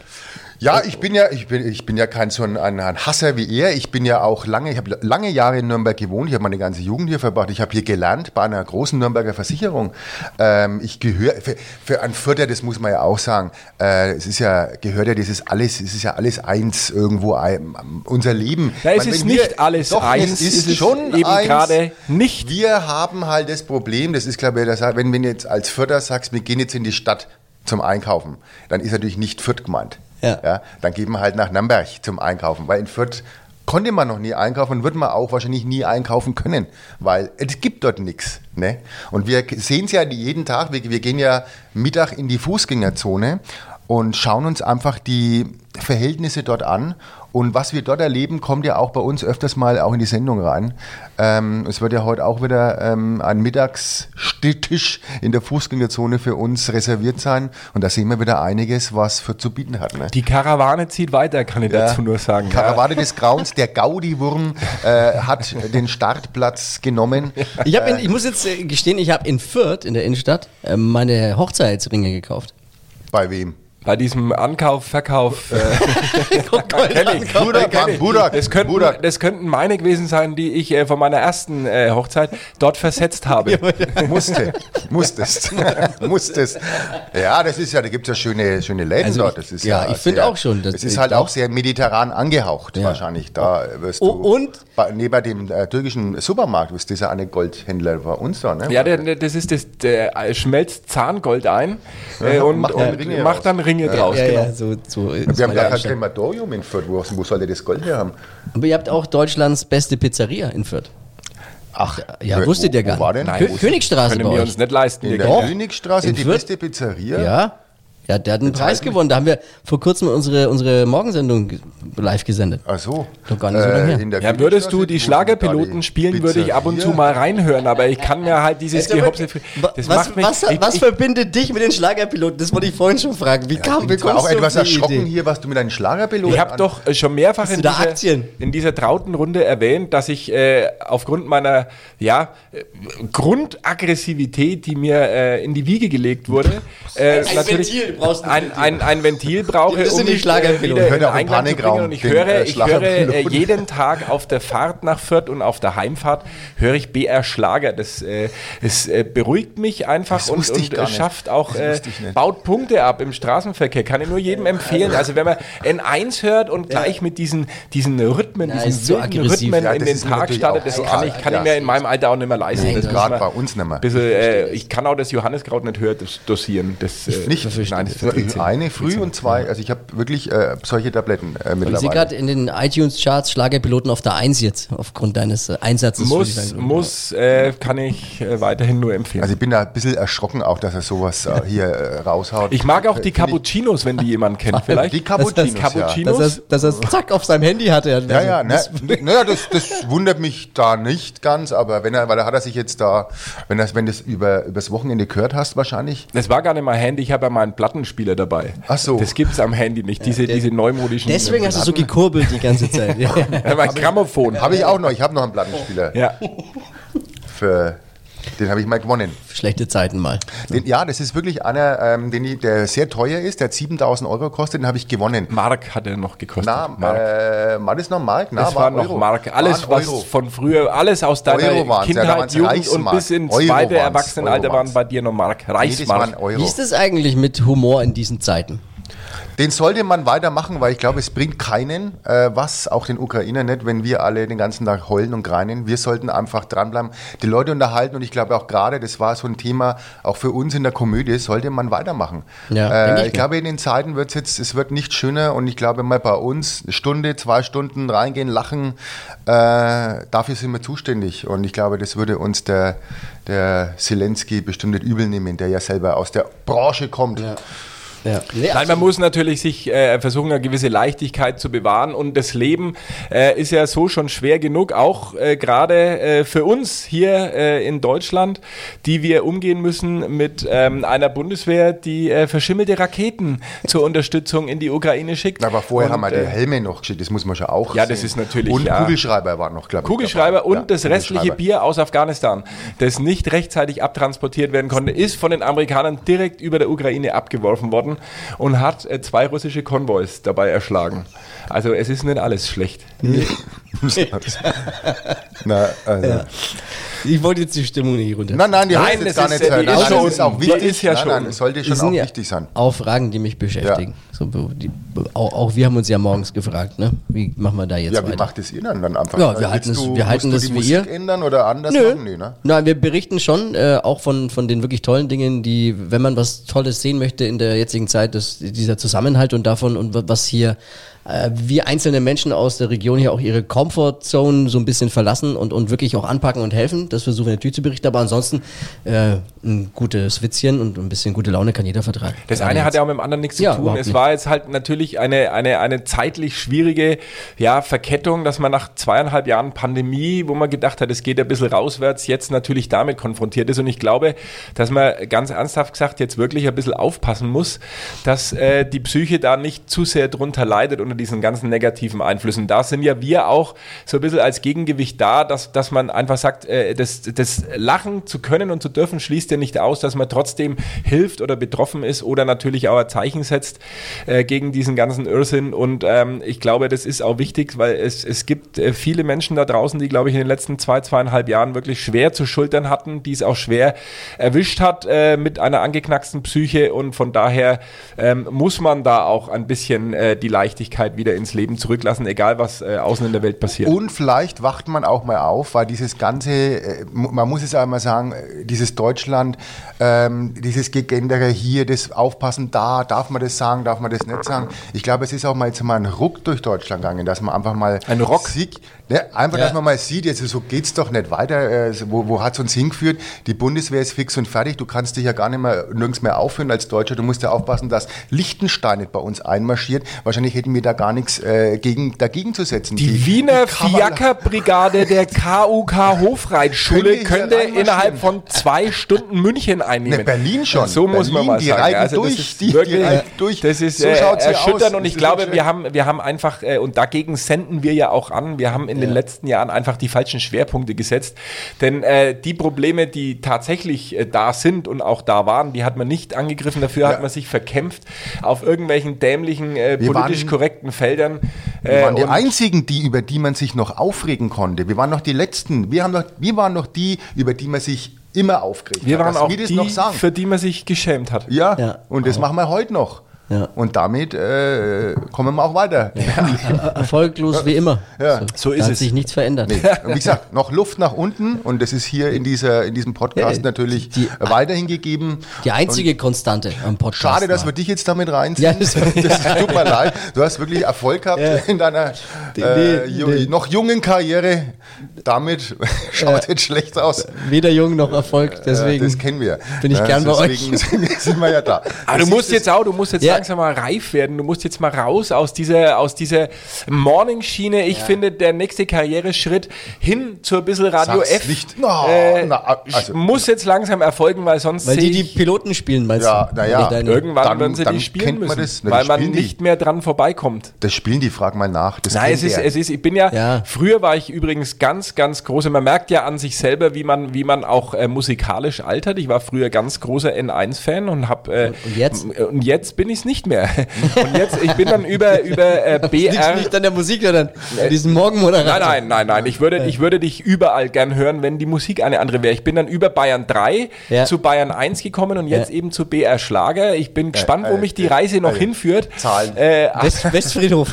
Speaker 3: Ja, ich bin ja, ich bin, ich bin ja kein so ein, ein, ein Hasser wie er. Ich bin ja auch lange, ich habe lange Jahre in Nürnberg gewohnt. Ich habe meine ganze Jugend hier verbracht. Ich habe hier gelernt bei einer großen Nürnberger Versicherung. Ähm, ich gehöre für, für einen Vierter, das muss man ja auch sagen. Äh, es ist ja gehört ja dieses alles, es ist ja alles eins irgendwo ein, unser Leben.
Speaker 2: Ja, es
Speaker 3: Man,
Speaker 2: ist
Speaker 3: wenn wir-
Speaker 2: nicht alles
Speaker 3: Doch,
Speaker 2: eins,
Speaker 3: Es ist,
Speaker 2: es ist
Speaker 3: schon
Speaker 2: eben
Speaker 3: eins.
Speaker 2: gerade nicht.
Speaker 3: Wir haben halt das Problem, das ist glaube ich, das, wenn wenn jetzt als Vierter sagst, wir gehen jetzt in die Stadt zum Einkaufen, dann ist natürlich nicht Fürth gemeint.
Speaker 4: Ja.
Speaker 3: Dann gehen wir halt nach Nürnberg zum Einkaufen, weil in Fürth konnte man noch nie einkaufen und wird man auch wahrscheinlich nie einkaufen können, weil es gibt dort nichts. Ne? Und wir sehen es ja die- jeden Tag, wir, wir gehen ja Mittag in die Fußgängerzone und schauen uns einfach die Verhältnisse dort an. Und was wir dort erleben, kommt ja auch bei uns öfters mal auch in die Sendung rein. Ähm, es wird ja heute auch wieder ähm, ein Mittagstisch in der Fußgängerzone für uns reserviert sein. Und da sehen wir wieder einiges, was für zu bieten hat. Ne?
Speaker 2: Die Karawane zieht weiter, kann ich dazu nur sagen. Ja.
Speaker 3: Karawane des Grauens, der Gaudi-Wurm äh, hat den Startplatz genommen.
Speaker 4: Ich, hab in, ich muss jetzt äh, gestehen, ich habe in Fürth, in der Innenstadt, äh, meine Hochzeitsringe gekauft.
Speaker 3: Bei wem?
Speaker 2: Bei diesem Ankauf,
Speaker 4: *laughs*
Speaker 2: Verkauf. Äh,
Speaker 4: Guck mal,
Speaker 2: Kenn ich.
Speaker 4: Ankauf.
Speaker 3: Budak,
Speaker 2: Kenn ich.
Speaker 3: Mann, Budak,
Speaker 2: das, könnten,
Speaker 3: Budak.
Speaker 2: das könnten meine gewesen sein, die ich äh, von meiner ersten äh, Hochzeit dort versetzt
Speaker 3: *laughs*
Speaker 2: habe.
Speaker 3: Musste, musstest, *laughs* musstest. Ja, das ist ja, da gibt es ja schöne, schöne Läden
Speaker 4: Also
Speaker 3: dort.
Speaker 4: ich-
Speaker 3: Das ist
Speaker 4: ja,
Speaker 3: ja,
Speaker 4: ich find
Speaker 3: sehr-
Speaker 4: auch schon, das
Speaker 3: Es ist
Speaker 4: ist
Speaker 3: halt
Speaker 4: auch-
Speaker 3: auch sehr mediterran angehaucht,
Speaker 4: Ja.
Speaker 3: wahrscheinlich. Da wirst du.
Speaker 4: Oh, und?
Speaker 3: Bei, nee, bei dem äh, türkischen Supermarkt wirst dieser eine Goldhändler bei uns da, ne?
Speaker 2: Ja, der, der, das ist das, der äh, schmelzt Zahngold ein äh,
Speaker 3: Ja,
Speaker 2: und
Speaker 3: macht
Speaker 2: macht
Speaker 3: dann
Speaker 2: dann Ringe,
Speaker 3: Ringe
Speaker 2: macht dann
Speaker 3: raus.
Speaker 2: Ringe draus.
Speaker 4: ja,
Speaker 2: genau.
Speaker 4: ja, so, so ist
Speaker 3: Wir haben
Speaker 4: meine
Speaker 3: gar kein
Speaker 4: Einstellung.
Speaker 3: Krematorium in Fürth. Wo, wo soll der das Gold her haben?
Speaker 4: Aber ihr habt auch Deutschlands beste Pizzeria in Fürth.
Speaker 3: Ach,
Speaker 4: Ja,
Speaker 3: wo-
Speaker 4: wusstet ihr
Speaker 3: wo
Speaker 4: gar
Speaker 3: war
Speaker 4: nicht.
Speaker 3: denn?
Speaker 4: Kö
Speaker 3: Wo-
Speaker 4: Königstraße bei
Speaker 2: Können wir
Speaker 4: euch.
Speaker 2: uns nicht leisten.
Speaker 3: In
Speaker 2: wir
Speaker 3: der
Speaker 2: Geld.
Speaker 3: Königstraße,
Speaker 4: In
Speaker 3: die
Speaker 4: Fürth?
Speaker 3: beste Pizzeria.
Speaker 4: Ja. Ja, der hat einen Preis gewonnen. Da haben wir vor kurzem unsere, unsere Morgensendung ge- live gesendet.
Speaker 3: Ach so. Äh,
Speaker 4: Doch gar nicht so lange her.
Speaker 3: in der
Speaker 2: Ja, würdest du die
Speaker 3: Königstraße, wo sind da
Speaker 2: Schlagerpiloten
Speaker 3: die
Speaker 2: spielen, würde ich ab und zu
Speaker 3: Pizzeria?
Speaker 2: mal reinhören, aber ich kann mir halt dieses
Speaker 4: Jetzt aber-
Speaker 2: Gehopse...
Speaker 4: Wa-
Speaker 2: Das
Speaker 4: was,
Speaker 2: macht mich...
Speaker 4: was,
Speaker 2: ich,
Speaker 4: was
Speaker 2: ich,
Speaker 4: verbindet dich mit den Schlagerpiloten? Das wollte ich vorhin schon fragen. Wie
Speaker 3: Ich
Speaker 4: kam
Speaker 3: bin zwar
Speaker 4: bekommst
Speaker 3: auch
Speaker 4: du auf
Speaker 3: etwas
Speaker 4: die
Speaker 3: erschrocken
Speaker 4: Idee?
Speaker 3: hier, was du mit deinen Schlagerpiloten
Speaker 2: Ich habe doch äh, schon mehrfach in
Speaker 4: du da
Speaker 2: dieser,
Speaker 4: Aktien?
Speaker 2: in dieser trauten Runde erwähnt, dass ich äh, aufgrund meiner ja, äh, Grundaggressivität, die mir äh, in die Wiege gelegt wurde, äh,
Speaker 4: Ein
Speaker 2: natürlich
Speaker 4: Ventil brauchst du
Speaker 2: ein, ein, ein Ventil brauche, um
Speaker 4: Das sind die
Speaker 2: mich, äh,
Speaker 4: Schlagerpiloten.
Speaker 2: wieder
Speaker 3: Hört
Speaker 2: in
Speaker 3: auch im
Speaker 2: Einklang zu
Speaker 3: Panikraum
Speaker 2: bringen. Und ich
Speaker 3: den,
Speaker 2: höre,
Speaker 3: äh,
Speaker 2: ich höre äh,
Speaker 3: Schlagerpiloten.
Speaker 2: jeden Tag auf der Fahrt nach Fürth und auf der Heimfahrt höre ich BR Schlager. Das, äh, es äh, beruhigt mich einfach
Speaker 3: Das
Speaker 2: und,
Speaker 3: wusste ich
Speaker 2: und
Speaker 3: gar
Speaker 2: äh,
Speaker 3: nicht.
Speaker 2: schafft auch,
Speaker 3: Das
Speaker 2: äh,
Speaker 3: wusste ich nicht.
Speaker 2: baut Punkte ab im Straßenverkehr. Kann ich nur jedem empfehlen. Also wenn man N1 hört und gleich mit diesen, diesen Rhythmen,
Speaker 4: Ja, ist
Speaker 2: diesen
Speaker 4: so
Speaker 2: wilden
Speaker 4: aggressiv.
Speaker 2: Rhythmen
Speaker 3: Ja,
Speaker 2: in
Speaker 3: das
Speaker 2: den
Speaker 3: ist
Speaker 2: Tag
Speaker 3: natürlich
Speaker 2: startet,
Speaker 3: auch
Speaker 2: das
Speaker 3: so
Speaker 2: kann, ich,
Speaker 3: arg,
Speaker 2: kann ich
Speaker 3: ja.
Speaker 2: mir in meinem Alter auch nicht mehr leisten.
Speaker 3: Nein,
Speaker 2: das
Speaker 3: gerade
Speaker 2: muss man
Speaker 3: bei uns nicht mehr.
Speaker 2: Bisschen, äh, ich kann auch das Johanneskraut nicht hören, das dosieren. Das, äh,
Speaker 3: Nicht?
Speaker 2: Nein, eines verträgt sich.
Speaker 3: Eine früh und zwei. Also ich habe wirklich äh, solche Tabletten äh,
Speaker 4: Ich sehe
Speaker 3: mittlerweile.
Speaker 4: gerade in den iTunes-Charts Schlagerpiloten auf der 1 jetzt, aufgrund deines äh, Einsatzes. würde ich
Speaker 2: Muss,
Speaker 4: sagen.
Speaker 2: muss, äh, kann ich äh, weiterhin nur empfehlen.
Speaker 3: Also ich bin da ein bisschen erschrocken auch, dass er sowas äh, hier äh, raushaut.
Speaker 2: ich mag auch die
Speaker 3: Finde ich-
Speaker 2: Cappuccinos, wenn die jemand kennt. Vielleicht.
Speaker 3: *laughs* Die Cappuccinos,
Speaker 2: Das- das-
Speaker 3: ja.
Speaker 2: Cappuccinos?
Speaker 4: Dass er dass er's zack auf seinem Handy hatte.
Speaker 3: Ja, ja, ne, naja, das, das wundert mich da nicht ganz, aber wenn er, weil da hat er sich jetzt da, wenn das, wenn das über, übers Wochenende gehört hast, wahrscheinlich.
Speaker 2: Das war gar nicht mein Handy, ich habe ja meinen Plattenspieler dabei.
Speaker 3: Ach so.
Speaker 2: Das gibt's am Handy nicht, diese,
Speaker 4: der-
Speaker 2: diese neumodischen.
Speaker 4: Deswegen hast du so gekurbelt die *laughs* ganze Zeit. Ja.
Speaker 2: Ja, mein Grammophon.
Speaker 3: Habe ich auch noch, ich habe noch einen Plattenspieler.
Speaker 2: Ja.
Speaker 3: Für, den habe ich mal gewonnen.
Speaker 4: Schlechte Zeiten mal.
Speaker 3: Den, ja, das ist wirklich einer, ähm, den ich, der sehr teuer ist, der hat 7000 Euro kostet, den habe ich gewonnen.
Speaker 2: Mark hat er noch gekostet.
Speaker 3: Na,
Speaker 2: Mark.
Speaker 3: äh, war das noch Mark? Na,
Speaker 2: das war noch
Speaker 3: Euro.
Speaker 2: Mark. Alles,
Speaker 3: War ein
Speaker 2: was
Speaker 3: Euro.
Speaker 2: von früher, alles aus deiner
Speaker 3: Euro waren's, ja, da
Speaker 2: Kindheit,
Speaker 3: waren's
Speaker 2: Jugend und
Speaker 3: Reichsmark.
Speaker 2: bis ins
Speaker 3: Euro
Speaker 2: zweite
Speaker 3: waren's,
Speaker 2: Erwachsenenalter
Speaker 3: Euro waren's.
Speaker 2: waren bei dir noch Mark.
Speaker 3: Nee, das war ein
Speaker 2: Reichsmark.
Speaker 4: Wie
Speaker 3: Euro.
Speaker 4: ist es eigentlich mit Humor in diesen Zeiten?
Speaker 3: Den sollte man weitermachen, weil ich glaube, es bringt keinen, äh, was auch den Ukrainer nicht, wenn wir alle den ganzen Tag heulen und greinen. Wir sollten einfach dranbleiben, die Leute unterhalten und ich glaube auch gerade, das war so ein Thema, auch für uns in der Komödie, sollte man weitermachen.
Speaker 4: Ja, denk
Speaker 3: äh,
Speaker 4: ich
Speaker 3: ich
Speaker 4: mir.
Speaker 3: glaube, in den Zeiten wird es jetzt, es wird nicht schöner und ich glaube mal bei uns, eine Stunde, zwei Stunden reingehen, lachen, äh, dafür sind wir zuständig und ich glaube, das würde uns der, der Zelensky bestimmt nicht übel nehmen, der ja selber aus der Branche kommt.
Speaker 4: Ja. Nee,
Speaker 2: Nein, man muss natürlich sich äh, versuchen, eine gewisse Leichtigkeit zu bewahren. Und das Leben äh, ist ja so schon schwer genug, auch äh, gerade äh, für uns hier äh, in Deutschland, die wir umgehen müssen mit ähm, einer Bundeswehr, die äh, verschimmelte Raketen zur Unterstützung in die Ukraine schickt.
Speaker 3: Aber vorher
Speaker 2: Und,
Speaker 3: haben wir die
Speaker 2: äh,
Speaker 3: Helme noch geschickt, das muss man schon auch
Speaker 2: Ja, das ist natürlich,
Speaker 3: Und
Speaker 2: ja.
Speaker 3: Kugelschreiber war noch, glaube ich.
Speaker 2: Kugelschreiber
Speaker 3: dabei.
Speaker 2: und
Speaker 3: Ja,
Speaker 2: das restliche
Speaker 3: Kugelschreiber.
Speaker 2: Bier aus Afghanistan, das nicht rechtzeitig abtransportiert werden konnte, ist von den Amerikanern direkt über der Ukraine abgeworfen worden und hat äh, zwei russische Konvois dabei erschlagen. Also es ist nicht alles schlecht.
Speaker 3: *laughs* Na, also.
Speaker 4: ich wollte jetzt die Stimmung nicht runter.
Speaker 3: Nein, nein, die
Speaker 2: Nein,
Speaker 3: jetzt
Speaker 2: das
Speaker 3: gar
Speaker 2: ist-
Speaker 3: nicht
Speaker 2: die
Speaker 3: hören.
Speaker 2: ist
Speaker 3: Nein,
Speaker 2: schon
Speaker 3: das ist auch
Speaker 2: unten. Die
Speaker 3: wichtig.
Speaker 2: ist ja
Speaker 3: nein, nein,
Speaker 2: schon.
Speaker 3: das sollte
Speaker 4: Das
Speaker 3: schon auch
Speaker 4: ja
Speaker 3: wichtig sein.
Speaker 2: Ah,
Speaker 4: Auch Fragen, die mich beschäftigen. So, die, auch, auch wir haben uns ja morgens gefragt, ne? Wie machen wir da jetzt
Speaker 3: Ja, wie
Speaker 4: weiter?
Speaker 3: macht es ihr dann, dann einfach?
Speaker 4: Ja, wir
Speaker 3: Willst
Speaker 4: halten das- wir halten
Speaker 3: musst
Speaker 4: das
Speaker 3: du die
Speaker 4: wie ihr.
Speaker 3: Musik ändern oder anders
Speaker 4: Nö.
Speaker 3: machen? Nee, ne?
Speaker 4: Nein, wir berichten schon äh, auch von, von den wirklich tollen Dingen, die, wenn man was Tolles sehen möchte in der jetzigen Zeit, das, dieser Zusammenhalt und davon und wa- was hier äh, wir einzelne Menschen aus der Region hier auch ihre Comfortzone so ein bisschen verlassen und, und wirklich auch anpacken und helfen. Das versuchen wir natürlich zu berichten, aber ansonsten äh, ein gutes Witzchen und ein bisschen gute Laune kann jeder vertragen.
Speaker 2: Das eine hat ja auch mit dem anderen nichts zu
Speaker 4: Ja,
Speaker 2: tun.
Speaker 4: überhaupt
Speaker 2: Es
Speaker 4: nicht.
Speaker 2: war jetzt halt natürlich eine, eine, eine zeitlich schwierige ja, Verkettung, dass man nach zweieinhalb Jahren Pandemie, wo man gedacht hat, es geht ein bisschen rauswärts, jetzt natürlich damit konfrontiert ist. Und ich glaube, dass man ganz ernsthaft gesagt jetzt wirklich ein bisschen aufpassen muss, dass äh, die Psyche da nicht zu sehr drunter leidet unter diesen ganzen negativen Einflüssen. Da sind ja wir auch so ein bisschen als Gegengewicht da, dass, dass man einfach sagt, äh, das, das Lachen zu können und zu dürfen schließt ja nicht aus, dass man trotzdem hilft oder betroffen ist oder natürlich auch ein Zeichen setzt äh, gegen diesen ganzen Irrsinn. Und ähm, ich glaube, das ist auch wichtig, weil es, es gibt äh, viele Menschen da draußen, die, glaube ich, in den letzten zwei, zweieinhalb Jahren wirklich schwer zu schultern hatten, die es auch schwer erwischt hat äh, mit einer angeknacksten Psyche. Und von daher ähm, muss man da auch ein bisschen äh, die Leichtigkeit wieder ins Leben zurücklassen, egal was äh, außen in der Welt passiert.
Speaker 3: Und vielleicht wacht man auch mal auf, weil dieses ganze, äh, mu- man muss es einmal sagen, äh, dieses Deutschland, ähm, dieses Gegendere hier, das Aufpassen da, darf man das sagen, darf man das nicht sagen. Ich glaube, es ist auch mal jetzt mal ein Ruck durch Deutschland gegangen, dass man einfach mal
Speaker 2: Ein Rock?
Speaker 3: Sieht, ne, einfach,
Speaker 4: Ja.
Speaker 3: dass man mal sieht, jetzt so geht's doch nicht weiter. Äh, wo wo hat's uns hingeführt? Die Bundeswehr ist fix und fertig. Du kannst dich ja gar nicht mehr nirgends mehr aufführen als Deutscher. Du musst ja aufpassen, dass Liechtenstein nicht bei uns einmarschiert. Wahrscheinlich hätten wir da gar nichts äh, gegen, dagegen zu setzen.
Speaker 2: Die Wiener
Speaker 3: Kabbala-
Speaker 2: Fiakerbrigade der KUK Hofreitschule
Speaker 3: Können wir hier
Speaker 2: könnte
Speaker 3: reinmarschieren?
Speaker 2: innerhalb von zwei Stunden München einnehmen.
Speaker 3: Ne, Berlin schon.
Speaker 2: So muss
Speaker 3: Berlin,
Speaker 2: man mal
Speaker 3: die
Speaker 2: sagen.
Speaker 3: reiten
Speaker 2: also das
Speaker 3: durch,
Speaker 2: ist
Speaker 3: die- die
Speaker 2: wirklich,
Speaker 3: reiten durch.
Speaker 2: Das ist
Speaker 3: So
Speaker 2: äh,
Speaker 3: schaut's hier
Speaker 2: erschütternd
Speaker 3: aus.
Speaker 2: und ich
Speaker 3: Das ist so
Speaker 2: glaube,
Speaker 3: schön.
Speaker 2: wir haben, wir haben einfach, äh, und dagegen senden wir ja auch an, wir haben in den letzten Jahren einfach die falschen Schwerpunkte gesetzt. Denn äh, die Probleme, die tatsächlich äh, da sind und auch da waren, die hat man nicht angegriffen. Dafür hat man sich verkämpft auf irgendwelchen dämlichen, äh,
Speaker 3: Wir waren-
Speaker 2: politisch korrekten Feldern. Äh,
Speaker 3: Wir waren die
Speaker 2: und-
Speaker 3: einzigen, die, über die man sich noch aufregen konnte. Wir waren noch die letzten. Wir, haben noch, wir waren noch die, über die man sich immer aufgeregt
Speaker 2: Wir
Speaker 3: hat.
Speaker 2: waren
Speaker 3: Dass
Speaker 2: auch
Speaker 3: wir das
Speaker 2: die,
Speaker 3: noch sagen.
Speaker 2: für die man sich geschämt hat.
Speaker 3: ja,
Speaker 4: Ja.
Speaker 3: und das machen wir heute noch.
Speaker 4: Ja.
Speaker 3: Und damit äh, kommen wir auch weiter.
Speaker 4: Er- *laughs* Erfolglos wie immer.
Speaker 3: Ja,
Speaker 2: so ist
Speaker 4: da hat
Speaker 2: es.
Speaker 4: sich nichts verändert.
Speaker 3: *laughs* Und wie gesagt, noch Luft nach unten und das ist hier in, dieser, in diesem Podcast
Speaker 4: Ja,
Speaker 3: natürlich
Speaker 4: die-
Speaker 3: weiterhin gegeben.
Speaker 4: Die einzige Konstante am Podcast.
Speaker 3: Schade, dass
Speaker 2: ne?
Speaker 3: wir
Speaker 4: war.
Speaker 3: dich jetzt damit reinziehen.
Speaker 4: Ja, das-
Speaker 3: *laughs* das tut mir leid. Du hast wirklich Erfolg gehabt in deiner äh,
Speaker 4: Nee,
Speaker 3: ju-
Speaker 4: nee.
Speaker 3: noch jungen Karriere. Damit *laughs* schaut jetzt schlecht aus.
Speaker 4: weder jung noch Erfolg,
Speaker 3: Äh,
Speaker 4: deswegen.
Speaker 3: das kennen wir.
Speaker 4: bin ich
Speaker 3: Ja,
Speaker 4: gern bei
Speaker 3: deswegen *laughs* sind wir ja da.
Speaker 2: *laughs* Aber du musst jetzt auch, du musst jetzt
Speaker 4: Ja.
Speaker 2: langsam mal reif werden. Du musst jetzt mal raus aus dieser, aus dieser Morning-Schiene. Ich finde, der nächste Karriereschritt hin zur bisschen Radio
Speaker 3: Sag's
Speaker 2: F
Speaker 3: nicht. Na,
Speaker 2: äh,
Speaker 3: na, also-
Speaker 2: muss jetzt langsam erfolgen, weil sonst
Speaker 4: weil die
Speaker 2: seh
Speaker 4: die
Speaker 2: ich-
Speaker 4: Piloten spielen, meinst
Speaker 3: Ja,
Speaker 4: du?
Speaker 3: na ja.
Speaker 4: Nicht deine- *laughs*
Speaker 2: irgendwann
Speaker 3: Dann-
Speaker 2: werden sie
Speaker 3: dann
Speaker 2: die spielen
Speaker 3: kennt man
Speaker 2: müssen,
Speaker 3: das. Na, die
Speaker 2: weil man
Speaker 3: spielen die.
Speaker 2: nicht mehr dran vorbeikommt.
Speaker 3: Das spielen die, frag mal nach. Das
Speaker 2: Nein, es
Speaker 3: kennt
Speaker 2: ist,
Speaker 3: er.
Speaker 2: es ist, ich bin ja,
Speaker 4: Ja.
Speaker 2: früher war ich übrigens ganz, ganz großer, man merkt ja an sich selber, wie man, wie man auch äh, musikalisch altert. Ich war früher ganz großer N1-Fan und hab, äh,
Speaker 4: und jetzt?
Speaker 2: m- und jetzt bin ich es nicht mehr. *laughs* Und jetzt, ich bin dann über, über
Speaker 4: *laughs*
Speaker 2: äh,
Speaker 4: Liegt's
Speaker 2: BR.
Speaker 4: nicht an der Musik, sondern an diesem Morgenmoderator.
Speaker 2: Nein, nein, nein, nein. Ich würde, ich würde dich überall gern hören, wenn die Musik eine andere wäre. Ich bin dann über Bayern 3
Speaker 4: Ja.
Speaker 2: zu Bayern 1 gekommen und jetzt
Speaker 4: Ja.
Speaker 2: eben zu BR Schlager. Ich bin gespannt, wo
Speaker 3: äh,
Speaker 2: mich die
Speaker 3: äh,
Speaker 2: Reise noch
Speaker 3: äh,
Speaker 2: hinführt.
Speaker 3: Zahlen.
Speaker 2: Äh, *laughs*
Speaker 4: *laughs* West Westfriedhof.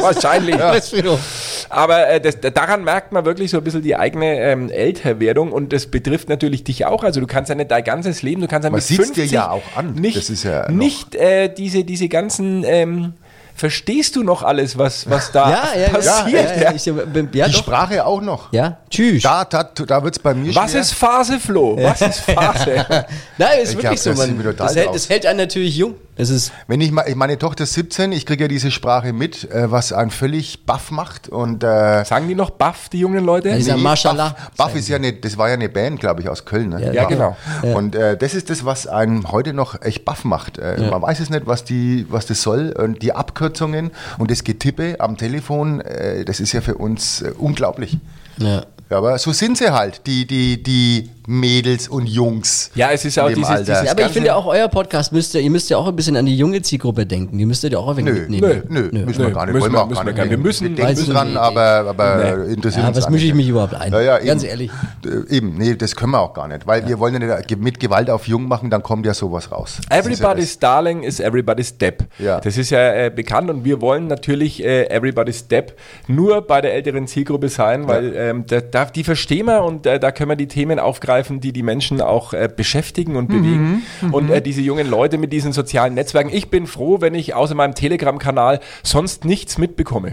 Speaker 2: wahrscheinlich.
Speaker 4: *laughs* Westfriedhof.
Speaker 2: Aber äh, das, daran merkt man wirklich so ein bisschen die eigene ähm, Älterwerdung und das betrifft natürlich dich auch. Also du kannst ja nicht dein ganzes Leben, du kannst ja
Speaker 3: Man
Speaker 2: mit
Speaker 3: sieht's
Speaker 2: 50
Speaker 3: dir ja auch an.
Speaker 2: nicht,
Speaker 3: Das ist ja noch-
Speaker 2: nicht äh, diese, diese ganzen, ähm, verstehst du noch alles, was, was da
Speaker 4: *laughs* Ja, ja, ja,
Speaker 2: passiert?
Speaker 4: ja, ja, ich, bin- ja,
Speaker 3: die
Speaker 4: doch.
Speaker 3: Sprache auch noch.
Speaker 4: ja, tschüss.
Speaker 3: Da, da, da wird es bei mir
Speaker 2: Was
Speaker 3: schwer.
Speaker 2: ist Phase, Flo? Was ist
Speaker 4: *laughs*
Speaker 2: Phase?
Speaker 4: Nein, ist
Speaker 3: Ich glaub,
Speaker 4: wirklich so.
Speaker 3: das
Speaker 4: Man,
Speaker 3: sind wir total
Speaker 4: das, hält,
Speaker 3: drauf.
Speaker 4: das hält einen natürlich jung. Das ist
Speaker 3: Wenn ich mal, ich- meine Tochter ist 17, ich kriege ja diese Sprache mit, äh, was einen völlig baff macht und äh,
Speaker 2: Sagen die noch Buff, die jungen Leute?
Speaker 4: Ja, die sagen Mashallah.
Speaker 3: Buff, Buff ist ja eine, das war ja eine Band, glaube ich, aus Köln. Ne?
Speaker 4: Ja,
Speaker 2: Ja,
Speaker 3: Buff.
Speaker 2: genau.
Speaker 3: Und äh, das ist das, was einen heute noch echt baff macht. Äh, Man weiß es nicht, was die, was das soll und die Abkürzungen und das Getippe am Telefon, äh, das ist ja für uns äh, unglaublich.
Speaker 4: ja.
Speaker 3: Ja, aber so sind sie halt, die, die, die Mädels und Jungs.
Speaker 2: Ja, es ist ja
Speaker 3: in
Speaker 2: auch
Speaker 3: dem
Speaker 2: dieses-
Speaker 3: Alter.
Speaker 2: dieses-
Speaker 4: Ja, aber ich
Speaker 2: Ganze-
Speaker 4: finde auch euer Podcast müsst ihr, ihr müsst ja auch ein bisschen an die junge Zielgruppe denken. Die müsst ihr ja auch ein wenig
Speaker 3: Nö,
Speaker 4: mitnehmen.
Speaker 3: nö, nö, müssen wir
Speaker 2: Nö,
Speaker 3: gar nicht.
Speaker 2: müssen
Speaker 3: wollen
Speaker 2: wir-
Speaker 3: wir auch
Speaker 2: müssen
Speaker 3: gar
Speaker 2: wir
Speaker 3: nicht.
Speaker 2: gar nicht. Wir müssen-
Speaker 3: wir denken
Speaker 4: Weiß
Speaker 3: dran,
Speaker 4: nicht.
Speaker 3: aber, aber interessiert
Speaker 4: Ja,
Speaker 3: uns
Speaker 4: was
Speaker 3: auch
Speaker 4: mische
Speaker 3: nicht.
Speaker 4: ich mich überhaupt ein?
Speaker 3: Ja, ja, eben.
Speaker 4: Ganz ehrlich.
Speaker 3: Äh, Eben, nee, das können wir auch gar nicht, weil wir wollen ja nicht äh, mit Gewalt auf Jung machen, dann kommt ja sowas raus. Das ist ja
Speaker 2: Everybody's Darling ist Everybody's Depp.
Speaker 3: Ja.
Speaker 2: Das ist ja äh, bekannt und wir wollen natürlich äh, Everybody's Depp nur bei der älteren Zielgruppe sein, weil ähm, da, da, die verstehen wir und äh, da können wir die Themen aufgreifen, die die Menschen auch äh, beschäftigen und bewegen.
Speaker 3: Mhm.
Speaker 2: Und äh, diese jungen Leute mit diesen sozialen Netzwerken. Ich bin froh, wenn ich außer meinem Telegram-Kanal sonst nichts mitbekomme.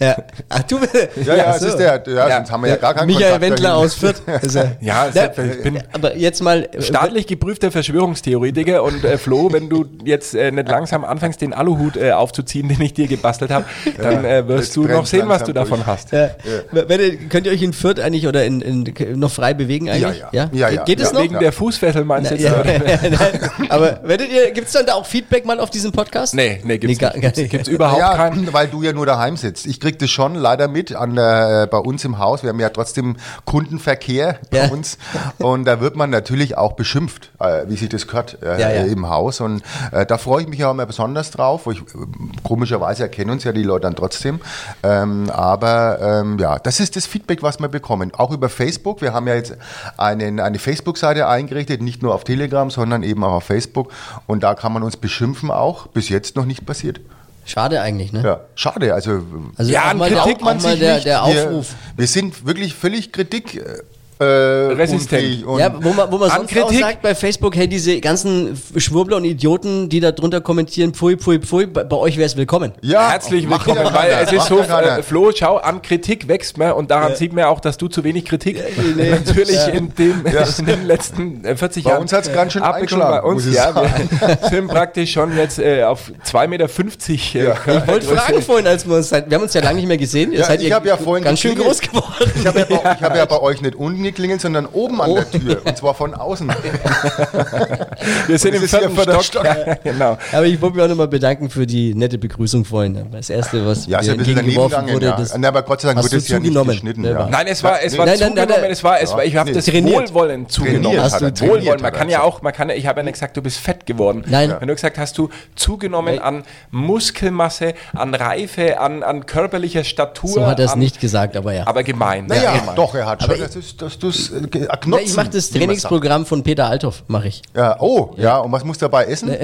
Speaker 4: Ja. Ach, du
Speaker 3: das. Ja, ja,
Speaker 4: Ach
Speaker 3: es
Speaker 4: so.
Speaker 3: ist der, ja,
Speaker 2: Ja.
Speaker 3: sonst haben wir ja gar keinen
Speaker 4: Michael
Speaker 3: Kontakt
Speaker 4: Wendler
Speaker 3: dahin.
Speaker 4: aus Fürth. Ist er-
Speaker 2: *laughs* Ja, es
Speaker 4: Ja,
Speaker 2: hat- ich bin-
Speaker 4: aber jetzt mal. äh,
Speaker 2: Staatlich geprüfter Verschwörungstheoretiker und äh, Flo, wenn du jetzt äh, nicht langsam anfängst, den Aluhut äh, aufzuziehen, *laughs* den ich dir gebastelt habe, dann äh, wirst
Speaker 3: das
Speaker 2: du noch
Speaker 3: brennt
Speaker 2: sehen, was
Speaker 3: langsam
Speaker 2: du davon
Speaker 3: durch.
Speaker 2: hast.
Speaker 4: äh, wenn ihr- Könnt ihr euch in Fürth eigentlich oder in, in, noch frei bewegen eigentlich?
Speaker 3: Ja, ja. Ja, ja.
Speaker 4: Geht es
Speaker 3: Ja.
Speaker 4: noch?
Speaker 2: Wegen der Fußfessel meinst du jetzt? *laughs*
Speaker 4: Ja, *laughs*
Speaker 2: oder?
Speaker 4: nein, aber werdet ihr, gibt's dann da auch Feedback mal auf diesen Podcast?
Speaker 2: Nee, nee, gibt's,
Speaker 4: gar-
Speaker 2: nicht. gibt's,
Speaker 4: gar nicht.
Speaker 2: gibt's überhaupt
Speaker 3: ja,
Speaker 2: keinen.
Speaker 3: weil du ja nur daheim sitzt. Ich krieg das schon leider mit an der, äh, bei uns im Haus. Wir haben ja trotzdem Kundenverkehr bei
Speaker 4: Ja.
Speaker 3: uns. Und da wird man natürlich auch beschimpft, äh, wie sich das gehört äh,
Speaker 4: Ja, ja.
Speaker 3: im Haus. Und äh, da freue ich mich ja immer besonders drauf. Wo ich, äh, komischerweise erkennen uns ja die Leute dann trotzdem. Ähm, aber ähm, ja, das ist das Feedback, was wir bekommen. Auch über Facebook. Wir haben ja jetzt einen, eine Facebook-Seite eingerichtet, nicht nur auf Telegram, sondern eben auch auf Facebook. Und da kann man uns beschimpfen auch. Bis jetzt noch nicht passiert.
Speaker 4: Schade eigentlich, ne?
Speaker 3: Ja, schade. Also, äh,
Speaker 4: Also
Speaker 2: Ja,
Speaker 4: auch
Speaker 2: an
Speaker 4: mal, der,
Speaker 2: Kritik
Speaker 4: auch mal der, der Aufruf.
Speaker 3: Wir, wir sind wirklich völlig Kritik. Äh, Resistent. unfähig Und
Speaker 4: Ja, wo man, wo man
Speaker 2: An
Speaker 4: sonst auch
Speaker 2: Kritik-
Speaker 4: sagt bei Facebook, hey, diese ganzen Schwurbler und Idioten, die da drunter kommentieren, pfui, pui, pfui, bei, bei euch wäre es willkommen.
Speaker 3: Ja,
Speaker 2: Herzlich
Speaker 3: macht
Speaker 2: willkommen,
Speaker 3: ja
Speaker 2: weil
Speaker 3: keiner,
Speaker 2: es ist
Speaker 3: macht
Speaker 2: so,
Speaker 3: ja keiner.
Speaker 2: äh, Flo, schau, an Kritik wächst man und daran sieht man auch, dass du zu wenig Kritik
Speaker 4: nee.
Speaker 2: natürlich
Speaker 4: Ja.
Speaker 2: in, dem, *laughs* in den letzten äh, 40
Speaker 3: Bei
Speaker 2: Jahren
Speaker 3: uns hat's ganz schön
Speaker 2: abgeschlagen.
Speaker 3: eingeschlagen,
Speaker 2: Bei uns,
Speaker 3: muss ich
Speaker 2: ja,
Speaker 3: sagen.
Speaker 2: wir *laughs* sind praktisch schon jetzt äh, auf 2,50 Meter. Äh,
Speaker 4: Ich wollte fragen vorhin, als wir uns seit, wir haben uns ja lange nicht mehr gesehen, ihr
Speaker 3: Ja,
Speaker 4: seid
Speaker 3: ich
Speaker 4: ihr
Speaker 3: hab ja vorhin
Speaker 4: ganz schön groß
Speaker 3: geklingelt.
Speaker 4: geworden.
Speaker 3: Ich habe ja, bei- ich hab
Speaker 2: *laughs*
Speaker 3: ja bei euch nicht unten geklingelt, sondern oben an
Speaker 2: Oh.
Speaker 3: der Tür. Und zwar von außen.
Speaker 2: Wir sind
Speaker 3: Das
Speaker 2: im
Speaker 3: ist hier
Speaker 2: vierten
Speaker 3: vierter
Speaker 2: Stock.
Speaker 4: *laughs*
Speaker 2: Ja, genau.
Speaker 4: Aber ich wollte mich auch nochmal bedanken für die nette Begrüßung vorhin. Das erste, was
Speaker 3: Ja, ist ja ein
Speaker 4: mir
Speaker 3: bisschen daneben
Speaker 4: entgegengeworfen
Speaker 3: gegangen,
Speaker 4: wurde,
Speaker 3: ja.
Speaker 4: das
Speaker 3: Na, aber Gott sei Dank
Speaker 4: hast
Speaker 3: wird
Speaker 4: du
Speaker 3: es ja nicht
Speaker 4: zugenommen,
Speaker 3: geschnitten,
Speaker 4: ne,
Speaker 3: ja.
Speaker 4: war-
Speaker 2: Nein, es war, es war
Speaker 4: Nein, nein,
Speaker 2: zugenommen,
Speaker 4: nein, nein.
Speaker 2: es war, es war, ich habe
Speaker 3: Nee.
Speaker 2: das
Speaker 4: Trainiert.
Speaker 2: Wohlwollen zugenommen.
Speaker 3: Trainiert
Speaker 4: hast
Speaker 3: hat er,
Speaker 4: du
Speaker 3: trainiert
Speaker 2: Wohlwollen, man
Speaker 3: hat er
Speaker 2: kann ja
Speaker 3: gesagt.
Speaker 2: auch, man kann ja, ich habe ja nicht gesagt, du bist fett geworden.
Speaker 4: Nein.
Speaker 2: Wenn du gesagt hast, du zugenommen
Speaker 4: Nein.
Speaker 2: an Muskelmasse, an Reife, an, an körperlicher Statur.
Speaker 4: so hat er es
Speaker 2: an-
Speaker 4: nicht gesagt, aber ja.
Speaker 2: Aber gemein.
Speaker 3: Naja,
Speaker 2: gemein.
Speaker 3: doch, er hat schon.
Speaker 4: Aber
Speaker 3: das ist, das musst du es äh, ge- äh,
Speaker 4: Ja,
Speaker 3: knotzen.
Speaker 4: Ne, ich mache das
Speaker 3: wie man sagt.
Speaker 4: Trainingsprogramm von Peter Althoff, mache ich.
Speaker 3: Ja, oh, ja. und was musst du dabei essen?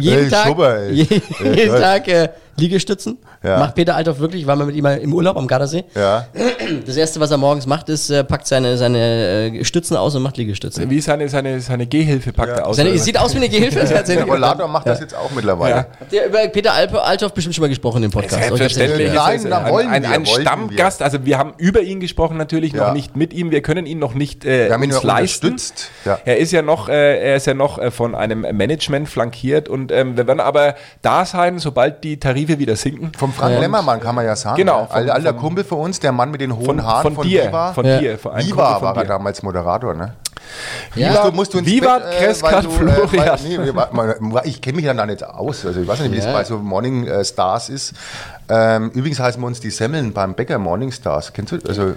Speaker 4: Jeden
Speaker 3: Ey,
Speaker 4: Tag,
Speaker 3: Schubber, ey.
Speaker 4: je-
Speaker 3: *laughs* Ey,
Speaker 4: jeden
Speaker 3: Gott.
Speaker 4: Tag äh, Liegestützen.
Speaker 3: Ja.
Speaker 4: Macht Peter Althoff wirklich, war mal mit ihm mal im Urlaub am Gardasee.
Speaker 3: Ja.
Speaker 4: Das erste, was er morgens macht, ist, äh, packt seine, seine äh, Stützen aus und macht Liegestützen.
Speaker 2: Wie seine, seine, seine Gehhilfe packt er aus.
Speaker 4: Seine,
Speaker 2: oder
Speaker 4: sieht aus wie eine Gehilfe.
Speaker 3: Der
Speaker 4: tatsächlich.
Speaker 3: Rollator macht das jetzt auch mittlerweile.
Speaker 2: Ja.
Speaker 4: Habt ihr über Peter Alp- Althoff bestimmt schon mal gesprochen im Podcast? oder?
Speaker 2: Selbstverständlich.
Speaker 3: Nein,
Speaker 2: ist es
Speaker 3: da wollen
Speaker 2: ein, ein,
Speaker 3: wir,
Speaker 2: ein
Speaker 3: wollen
Speaker 2: Stammgast. Also wir haben über ihn gesprochen, natürlich
Speaker 3: Ja.
Speaker 2: noch nicht mit ihm. Wir können ihn noch nicht äh,
Speaker 3: Wir haben ihn
Speaker 2: uns
Speaker 3: ja
Speaker 2: leisten.
Speaker 3: unterstützt. Ja.
Speaker 2: Er ist ja noch, äh, er ist ja noch äh, von einem Management flankiert und ähm, wir werden aber da sein, sobald die Tarife wieder sinken.
Speaker 3: Vom Frank Lemmermann kann man ja sagen.
Speaker 2: Genau,
Speaker 3: ne?
Speaker 2: vom-
Speaker 3: Alter, alter
Speaker 2: vom-
Speaker 3: Kumpel von uns, der Mann mit den hohen Haaren
Speaker 2: von, dir,
Speaker 3: Viva.
Speaker 2: von
Speaker 4: Ja.
Speaker 2: dir, von einem
Speaker 3: Viva
Speaker 2: Kumpel
Speaker 3: war
Speaker 2: von
Speaker 3: er
Speaker 2: dir.
Speaker 3: damals Moderator, ne?
Speaker 4: Ja.
Speaker 2: Viva
Speaker 3: äh,
Speaker 2: Crescat Florian.
Speaker 3: weil, nee, wir- weil- weil- ich kenne mich dann da nicht aus. Also ich weiß nicht, wie
Speaker 4: Ja.
Speaker 3: das bei so Morning äh, Stars ist. Ähm, übrigens heißen wir uns die Semmeln beim Bäcker Morning Stars. Kennst du? Also,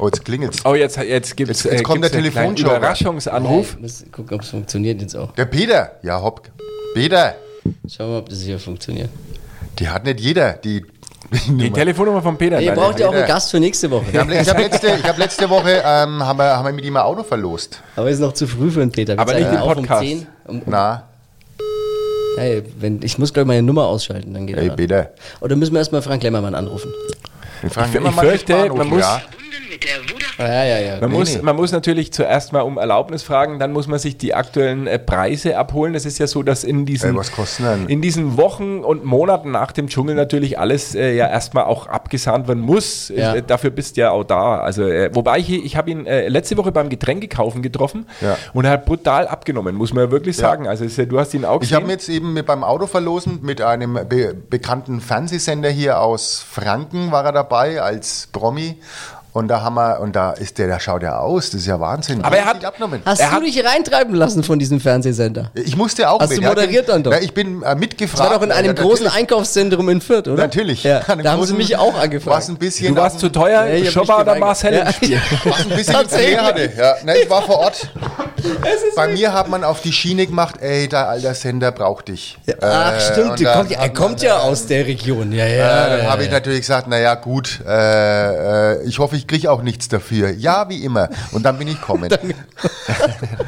Speaker 3: oh, jetzt klingelt's.
Speaker 2: Oh, jetzt, jetzt gibt's,
Speaker 3: Jetzt- jetzt
Speaker 2: äh,
Speaker 3: kommt
Speaker 2: gibt's
Speaker 3: der
Speaker 2: einen kleinen
Speaker 3: Telefonjoker.
Speaker 2: Überraschungsanruf.
Speaker 4: Ich muss gucken, ob es funktioniert jetzt auch.
Speaker 3: Der Peter. Ja, hopp. Peter.
Speaker 4: Schauen wir mal, ob das hier funktioniert.
Speaker 3: Die hat nicht jeder. Die, *laughs*
Speaker 2: Die
Speaker 3: Nummer.
Speaker 2: Telefonnummer von Peter.
Speaker 4: Ey, ihr
Speaker 2: leider.
Speaker 4: braucht ja auch einen
Speaker 3: Peter.
Speaker 4: Gast für nächste
Speaker 3: Ich
Speaker 4: Woche.
Speaker 3: habe hab letzte, ich hab letzte Woche ähm, haben wir, haben wir mit ihm ein Auto verlost.
Speaker 4: Aber ist noch zu früh für einen Peter. Wir
Speaker 2: Aber nicht
Speaker 4: zeichnen
Speaker 2: im
Speaker 4: auf
Speaker 2: Podcast.
Speaker 4: Um 10, um,
Speaker 3: Na,
Speaker 4: Hey, wenn, ich muss gleich meine Nummer ausschalten, dann geht
Speaker 3: ey
Speaker 4: er ran.
Speaker 3: Peter.
Speaker 4: Oder müssen wir erstmal Frank Lemmermann anrufen?
Speaker 3: Den Frank
Speaker 2: Ich- ich
Speaker 3: Lemmermann
Speaker 2: fürchte,
Speaker 3: den Spahn
Speaker 2: man
Speaker 3: rufen,
Speaker 2: muss-
Speaker 3: ja.
Speaker 4: Ah, ja, ja, ja.
Speaker 2: Man,
Speaker 3: Nee,
Speaker 2: muss,
Speaker 3: nee.
Speaker 2: man muss natürlich zuerst mal um Erlaubnis fragen, dann muss man sich die aktuellen äh, Preise abholen. Es ist ja so, dass in diesen,
Speaker 3: Ey, was kosten denn?
Speaker 2: in diesen Wochen und Monaten nach dem Dschungel natürlich alles äh, ja erstmal auch abgesahnt werden muss.
Speaker 4: Ja.
Speaker 2: Ich, äh, dafür bist ja auch da. Also, äh, wobei ich, ich habe ihn äh, letzte Woche beim Getränkekaufen getroffen
Speaker 3: Ja.
Speaker 2: und er hat brutal abgenommen, muss man ja wirklich sagen. Also ist ja, du hast ihn auch
Speaker 3: Ich habe mir jetzt eben mit beim Auto verlosen mit einem be bekannten Fernsehsender hier aus Franken war er dabei als Promi und da haben wir und da ist der, da schaut er aus, das ist ja Wahnsinn.
Speaker 2: Aber er hat-
Speaker 3: Richtig abgenommen.
Speaker 4: Hast
Speaker 2: Er
Speaker 4: du
Speaker 2: hat-
Speaker 4: dich reintreiben lassen von diesem Fernsehsender?
Speaker 3: ich musste auch
Speaker 4: Hast du
Speaker 3: Ja, ich bin-
Speaker 4: moderiert dann doch?
Speaker 3: Na, ich bin äh,
Speaker 4: Das
Speaker 3: mitgefragt.
Speaker 4: war doch in einem
Speaker 3: Ja,
Speaker 4: großen
Speaker 3: natürlich-
Speaker 4: Einkaufszentrum in Fürth, oder?
Speaker 3: Natürlich.
Speaker 4: Ja,
Speaker 3: An einem
Speaker 4: da haben sie
Speaker 3: großen-
Speaker 4: mich
Speaker 3: Was
Speaker 4: auch
Speaker 3: ein
Speaker 4: angefragt.
Speaker 3: bisschen
Speaker 2: du warst zu
Speaker 3: auf dem-
Speaker 2: teuer,
Speaker 4: Ja, ich hab
Speaker 2: Schopper
Speaker 4: mich
Speaker 2: oder
Speaker 4: geweigert.
Speaker 2: Marcel
Speaker 4: Ja.
Speaker 2: im Spiel.
Speaker 3: *laughs* Was um ein bisschen
Speaker 4: Tatsächlich.
Speaker 3: Flair hatte. Ja, ne, ich war vor Ort. Bei mir hat man auf die Schiene gemacht, ey, der alter Sender braucht dich. Äh,
Speaker 4: Ach, stimmt.
Speaker 3: und
Speaker 4: du
Speaker 3: dann
Speaker 4: kommt, ja- er
Speaker 3: hat
Speaker 4: kommt ja aus der Region. Ja, ja.
Speaker 3: Ja, dann
Speaker 4: ja,
Speaker 3: habe ich
Speaker 4: ja.
Speaker 3: natürlich gesagt, naja gut, äh, äh, ich hoffe, ich kriege auch nichts dafür. Ja, wie immer. Und dann bin
Speaker 2: *laughs*
Speaker 3: ich kommen. Nein,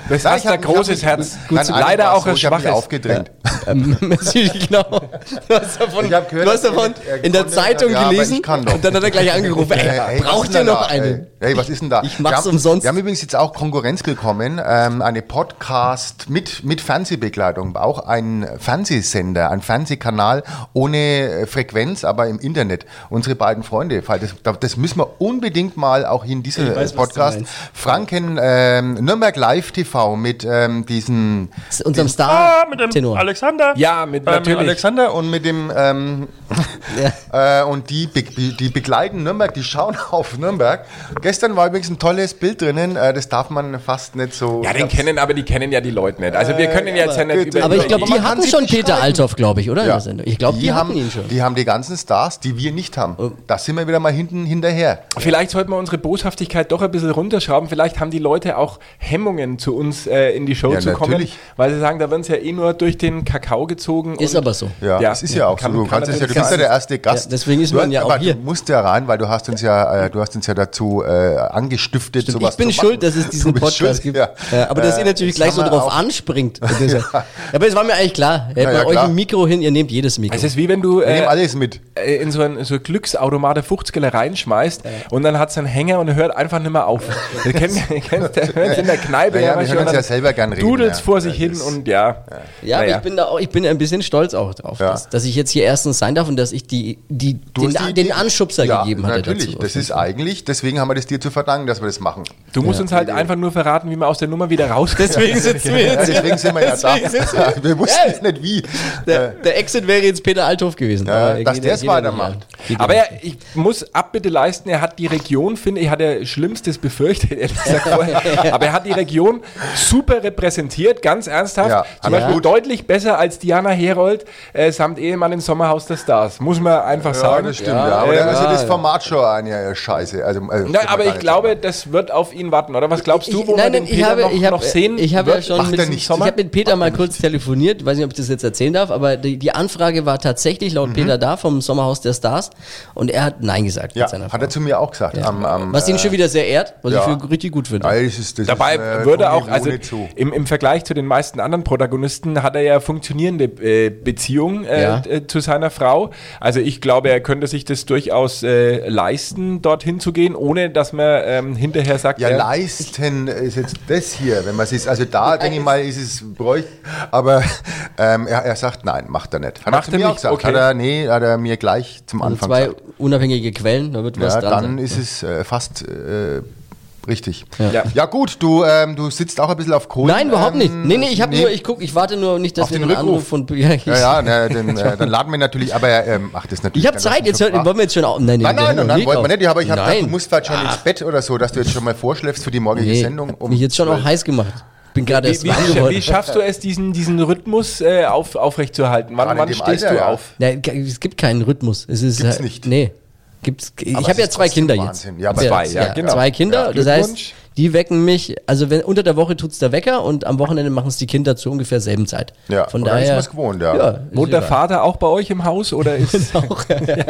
Speaker 2: Das
Speaker 3: Nein,
Speaker 2: ist
Speaker 3: ich hab-
Speaker 2: ein
Speaker 3: ich
Speaker 2: großes
Speaker 3: hab mich-
Speaker 2: Herz.
Speaker 3: Nein,
Speaker 2: Leider
Speaker 3: einfach
Speaker 2: auch
Speaker 3: so,
Speaker 2: ein
Speaker 3: ich hab mich
Speaker 2: schwaches.
Speaker 3: aufgedrängt.
Speaker 4: *laughs* Ähm, natürlich, genau. Du hast davon,
Speaker 3: Ich hab gehört,
Speaker 4: du hast
Speaker 3: dass ihr
Speaker 4: davon
Speaker 3: nicht, äh,
Speaker 4: in der
Speaker 3: konntet,
Speaker 4: Zeitung
Speaker 3: ja, aber ich
Speaker 4: gelesen
Speaker 3: kann doch.
Speaker 4: und dann hat er
Speaker 3: *laughs*
Speaker 4: gleich angerufen. Ey,
Speaker 3: Ey, ey, was
Speaker 4: braucht
Speaker 3: ist
Speaker 4: ihr
Speaker 3: denn
Speaker 4: noch
Speaker 3: da?
Speaker 4: einen?
Speaker 3: Ey, ey, was ist denn da?
Speaker 4: Ich mach's
Speaker 3: wir haben,
Speaker 4: umsonst.
Speaker 3: Wir haben übrigens jetzt auch Konkurrenz bekommen, ähm, eine Podcast mit, mit Fernsehbegleitung, auch ein Fernsehsender, ein Fernsehkanal ohne äh, Frequenz, aber im Internet. Unsere beiden Freunde, weil das, da- das müssen wir unbedingt mal auch hier in diesem äh,
Speaker 4: Ich weiß, was du
Speaker 3: Podcast.
Speaker 4: meinst.
Speaker 3: Franken, ähm, Nürnberg Live TV mit ähm, diesen
Speaker 4: Unserem Star Tenor.
Speaker 6: Alexander.
Speaker 2: Ja, mit
Speaker 6: Ähm,
Speaker 2: natürlich.
Speaker 3: Alexander und mit dem
Speaker 4: *laughs*
Speaker 3: ähm, *laughs* äh, und die, be die begleiten Nürnberg, die schauen *laughs* auf Nürnberg. Gestern war übrigens ein tolles Bild drinnen, äh, das darf man fast nicht so.
Speaker 2: Ja, den kennen, aber die kennen ja die Leute nicht. Also wir können jetzt ja nicht
Speaker 3: gut,
Speaker 2: über
Speaker 4: Aber ich glaube,
Speaker 3: Äh, Aber
Speaker 4: die
Speaker 3: man kann
Speaker 4: hatten
Speaker 3: sie
Speaker 4: schon
Speaker 3: beschreiben.
Speaker 4: Peter Althoff, glaube ich, oder? in der Sendung? Ich glaube, die, hatten
Speaker 3: haben
Speaker 4: ihn schon. Oh.
Speaker 3: Die haben die ganzen Stars, die wir nicht haben. Da sind wir wieder mal hinten hinterher.
Speaker 2: Vielleicht sollten wir unsere Boshaftigkeit doch ein bisschen runterschrauben. Vielleicht haben die Leute auch Hemmungen, zu uns äh, in die Show
Speaker 3: Ja,
Speaker 2: zu kommen,
Speaker 3: natürlich.
Speaker 2: weil sie sagen, da werden sie ja eh nur durch den Kakao gezogen.
Speaker 4: Ist
Speaker 2: und-
Speaker 4: aber so.
Speaker 3: Ja,
Speaker 2: Ja,
Speaker 3: das ist ja,
Speaker 2: ja,
Speaker 3: auch
Speaker 2: kann-
Speaker 3: so. Du,
Speaker 2: kann
Speaker 3: kannst es ja, du
Speaker 2: natürlich
Speaker 3: bist ja
Speaker 2: sein.
Speaker 3: der erste Gast.
Speaker 4: Ja, deswegen ist
Speaker 3: du,
Speaker 4: man ja
Speaker 3: aber
Speaker 4: auch hier.
Speaker 3: Du musst ja rein, weil du hast uns ja, äh, du hast uns ja dazu äh, angestiftet,
Speaker 4: Stimmt,
Speaker 3: sowas
Speaker 4: ich bin
Speaker 3: zu machen.
Speaker 4: schuld, dass
Speaker 3: *laughs*
Speaker 4: es
Speaker 3: Du
Speaker 4: diesen
Speaker 3: bist
Speaker 4: Podcast
Speaker 3: schuld,
Speaker 4: gibt.
Speaker 3: ja.
Speaker 4: Äh, aber dass ihr
Speaker 3: Äh,
Speaker 4: natürlich
Speaker 3: jetzt
Speaker 4: gleich so
Speaker 3: haben wir
Speaker 4: drauf
Speaker 3: auch- *laughs*
Speaker 4: anspringt. ja. Aber es war mir eigentlich klar. Hält
Speaker 3: Ja,
Speaker 4: man
Speaker 3: ja,
Speaker 4: euch
Speaker 3: klar.
Speaker 4: ein Mikro hin, ihr nehmt jedes Mikro.
Speaker 2: Es ist wie wenn du
Speaker 3: Wir nehmen
Speaker 2: äh,
Speaker 3: alles mit.
Speaker 2: äh, in so ein so ein Glücksautomat der 50er reinschmeißt und dann hat es einen Hänger und er hört einfach nicht
Speaker 3: *laughs*
Speaker 2: mehr auf. Das kennt, kennt, der hört in der Kneipe
Speaker 3: Naja, wir
Speaker 2: manchmal
Speaker 3: hören uns
Speaker 2: und
Speaker 3: ja
Speaker 2: dann
Speaker 3: selber gern reden,
Speaker 2: Dudelt's
Speaker 3: ja.
Speaker 2: vor sich
Speaker 3: Ja,
Speaker 2: hin
Speaker 3: das-
Speaker 2: und ja.
Speaker 4: ja, aber
Speaker 2: Naja.
Speaker 4: ich bin da auch, ich bin ein bisschen stolz auch drauf,
Speaker 3: Ja.
Speaker 4: dass, dass ich jetzt hier erstens sein darf und dass ich die, die, den,
Speaker 3: hast die
Speaker 4: den
Speaker 3: Idee.
Speaker 4: Anschubser
Speaker 3: ja,
Speaker 4: gegeben hatte.
Speaker 3: Natürlich,
Speaker 4: dazu.
Speaker 3: das ist eigentlich, deswegen haben wir das dir zu verdanken, dass wir das machen.
Speaker 2: Du musst uns halt einfach nur verraten, wie man aus der Nummer wieder rauskommt.
Speaker 4: Deswegen sitzen wir
Speaker 3: Ja,
Speaker 4: jetzt hier.
Speaker 3: deswegen sind wir ja da.
Speaker 4: Deswegen sitzen wir-
Speaker 3: *laughs* Wir wussten
Speaker 4: Ja.
Speaker 3: es nicht wie.
Speaker 4: Der, der Exit wäre jetzt Peter Althoff gewesen.
Speaker 3: Ja,
Speaker 4: aber
Speaker 3: dass
Speaker 4: geht-
Speaker 3: der es
Speaker 4: geht ja nicht
Speaker 3: weitermacht.
Speaker 4: an. Geht
Speaker 2: Aber
Speaker 4: ja
Speaker 2: er, ich muss Abbitte leisten, er hat die Region, finde ich, hat er Schlimmstes befürchtet, *laughs* ehrlich gesagt vorher. Aber er hat die Region super repräsentiert, ganz ernsthaft.
Speaker 3: Ja,
Speaker 2: Zum
Speaker 3: hat er
Speaker 2: Beispiel
Speaker 3: gut.
Speaker 2: deutlich besser als Diana Herold äh, samt Ehemann im Sommerhaus der Stars, muss muss man einfach
Speaker 3: Ja,
Speaker 2: sagen. Äh,
Speaker 3: das stimmt, ja. Aber
Speaker 2: ja,
Speaker 3: dann ist ja
Speaker 4: ja.
Speaker 3: das Format schon ein ja, ja, scheiße. Also, äh, kann man
Speaker 2: Nein,
Speaker 3: gar
Speaker 2: aber ich
Speaker 3: nicht
Speaker 2: glaube,
Speaker 3: sagen.
Speaker 2: das wird auf ihn warten, oder? Was glaubst du,
Speaker 4: Ich-
Speaker 2: wo
Speaker 4: nein,
Speaker 2: wir den
Speaker 4: nein,
Speaker 2: Peter noch,
Speaker 4: ich habe,
Speaker 2: noch sehen
Speaker 4: Ich habe ja
Speaker 2: wird?
Speaker 4: schon
Speaker 3: Macht
Speaker 4: mit,
Speaker 3: er ne? nicht.
Speaker 4: ich habe mit Peter mal kurz telefoniert, weiß nicht, ob ich das jetzt erzählen darf, aber die, die Anfrage war tatsächlich laut
Speaker 3: Mhm.
Speaker 4: Peter da vom Sommerhaus der Stars und er hat Nein gesagt mit
Speaker 3: Ja,
Speaker 4: seiner
Speaker 3: hat
Speaker 4: Frau.
Speaker 3: er zu mir auch gesagt. Am, am,
Speaker 4: Was ihn schon wieder sehr ehrt, was
Speaker 3: ja.
Speaker 4: ich für richtig gut finde.
Speaker 3: Ja, das ist, das
Speaker 2: Dabei
Speaker 3: ist, äh,
Speaker 2: würde
Speaker 3: kommt
Speaker 2: auch,
Speaker 3: die
Speaker 2: also
Speaker 3: Ohne zu.
Speaker 2: im, im Vergleich zu den meisten anderen Protagonisten hat er ja funktionierende äh, Beziehung äh,
Speaker 4: Ja.
Speaker 2: äh, zu seiner Frau. Also ich glaube, er könnte sich das durchaus äh, leisten, dorthin zu gehen, ohne dass man ähm, hinterher sagt,
Speaker 3: Ja,
Speaker 2: er-
Speaker 3: leisten ist jetzt das hier, wenn man es ist. Also da denke ich mal, ist es bräucht, aber ähm, er, er sagt nein, macht er nicht. Hat
Speaker 2: Macht
Speaker 3: zu
Speaker 2: er
Speaker 3: mir auch
Speaker 2: nicht?
Speaker 3: gesagt.
Speaker 2: Okay.
Speaker 3: Hat er, nee, hat er mir gleich zum
Speaker 4: Und
Speaker 3: Anfang
Speaker 4: Also zwei
Speaker 3: gesagt.
Speaker 4: unabhängige Quellen, da wird was
Speaker 3: Ja,
Speaker 4: dran
Speaker 3: dann
Speaker 4: sein.
Speaker 3: ist es äh, fast äh, richtig. Ja.
Speaker 2: Ja.
Speaker 3: gut, du, ähm, du sitzt auch ein bisschen auf Kohlen.
Speaker 4: Nein, überhaupt
Speaker 3: ähm,
Speaker 4: nicht. Nee, nee, ich habe nur, ich guck, ich warte nur nicht, dass
Speaker 3: Auf
Speaker 4: wir
Speaker 3: den
Speaker 4: einen
Speaker 3: Rückruf.
Speaker 4: Anruf von ja, *laughs* ich,
Speaker 3: Ja, ja, na, den, äh, dann laden wir natürlich, aber ähm, ach, das ist natürlich.
Speaker 4: ich habe
Speaker 3: dann
Speaker 4: Zeit,
Speaker 3: schon
Speaker 4: jetzt hört,
Speaker 3: gebracht.
Speaker 4: wollen wir jetzt schon auf. Nein,
Speaker 3: Nein,
Speaker 4: wir hören
Speaker 3: nein, nein,
Speaker 4: noch
Speaker 3: nein
Speaker 4: nie
Speaker 3: wollen wir
Speaker 4: auf.
Speaker 3: nicht. Ich habe ich hab gedacht,
Speaker 4: Nein.
Speaker 3: du musst halt schon ins Bett oder so, dass du jetzt schon mal vorschläfst für die morgige
Speaker 4: nee,
Speaker 3: Sendung. um
Speaker 4: Sendung mich jetzt schon auch heiß gemacht. Bin gerade
Speaker 2: wie,
Speaker 4: erst
Speaker 2: wie,
Speaker 4: warm
Speaker 2: sch- wie
Speaker 4: geworden.
Speaker 2: schaffst du es, diesen, diesen Rhythmus äh, auf, aufrechtzuerhalten? Wann,
Speaker 3: Gerade in
Speaker 2: wann
Speaker 3: dem
Speaker 2: stehst
Speaker 3: Alter,
Speaker 2: du
Speaker 3: ja.
Speaker 2: auf?
Speaker 4: Na, ge- es gibt keinen Rhythmus. Es ist,
Speaker 3: Gibt's
Speaker 4: äh,
Speaker 3: nicht.
Speaker 4: Nee. Gibt's, ich
Speaker 3: es
Speaker 4: habe ja
Speaker 3: ist
Speaker 4: zwei
Speaker 3: trotzdem
Speaker 4: Kinder
Speaker 3: Wahnsinn.
Speaker 4: jetzt.
Speaker 3: Ja, aber
Speaker 4: Hab
Speaker 2: zwei, ja, genau.
Speaker 4: Zwei Kinder,
Speaker 2: Ja,
Speaker 4: das heißt,
Speaker 2: Glückwunsch.
Speaker 4: die wecken mich, also wenn unter der Woche tut's der Wecker und am Wochenende machen es die Kinder zu ungefähr selben Zeit.
Speaker 3: Ja,
Speaker 4: von
Speaker 3: und dann ist
Speaker 4: daher.
Speaker 3: man's gewohnt, ja.
Speaker 4: ist
Speaker 2: Wohnt der
Speaker 4: egal.
Speaker 2: Vater auch bei euch im Haus oder ist
Speaker 4: *laughs* Auch, ja,
Speaker 3: *laughs*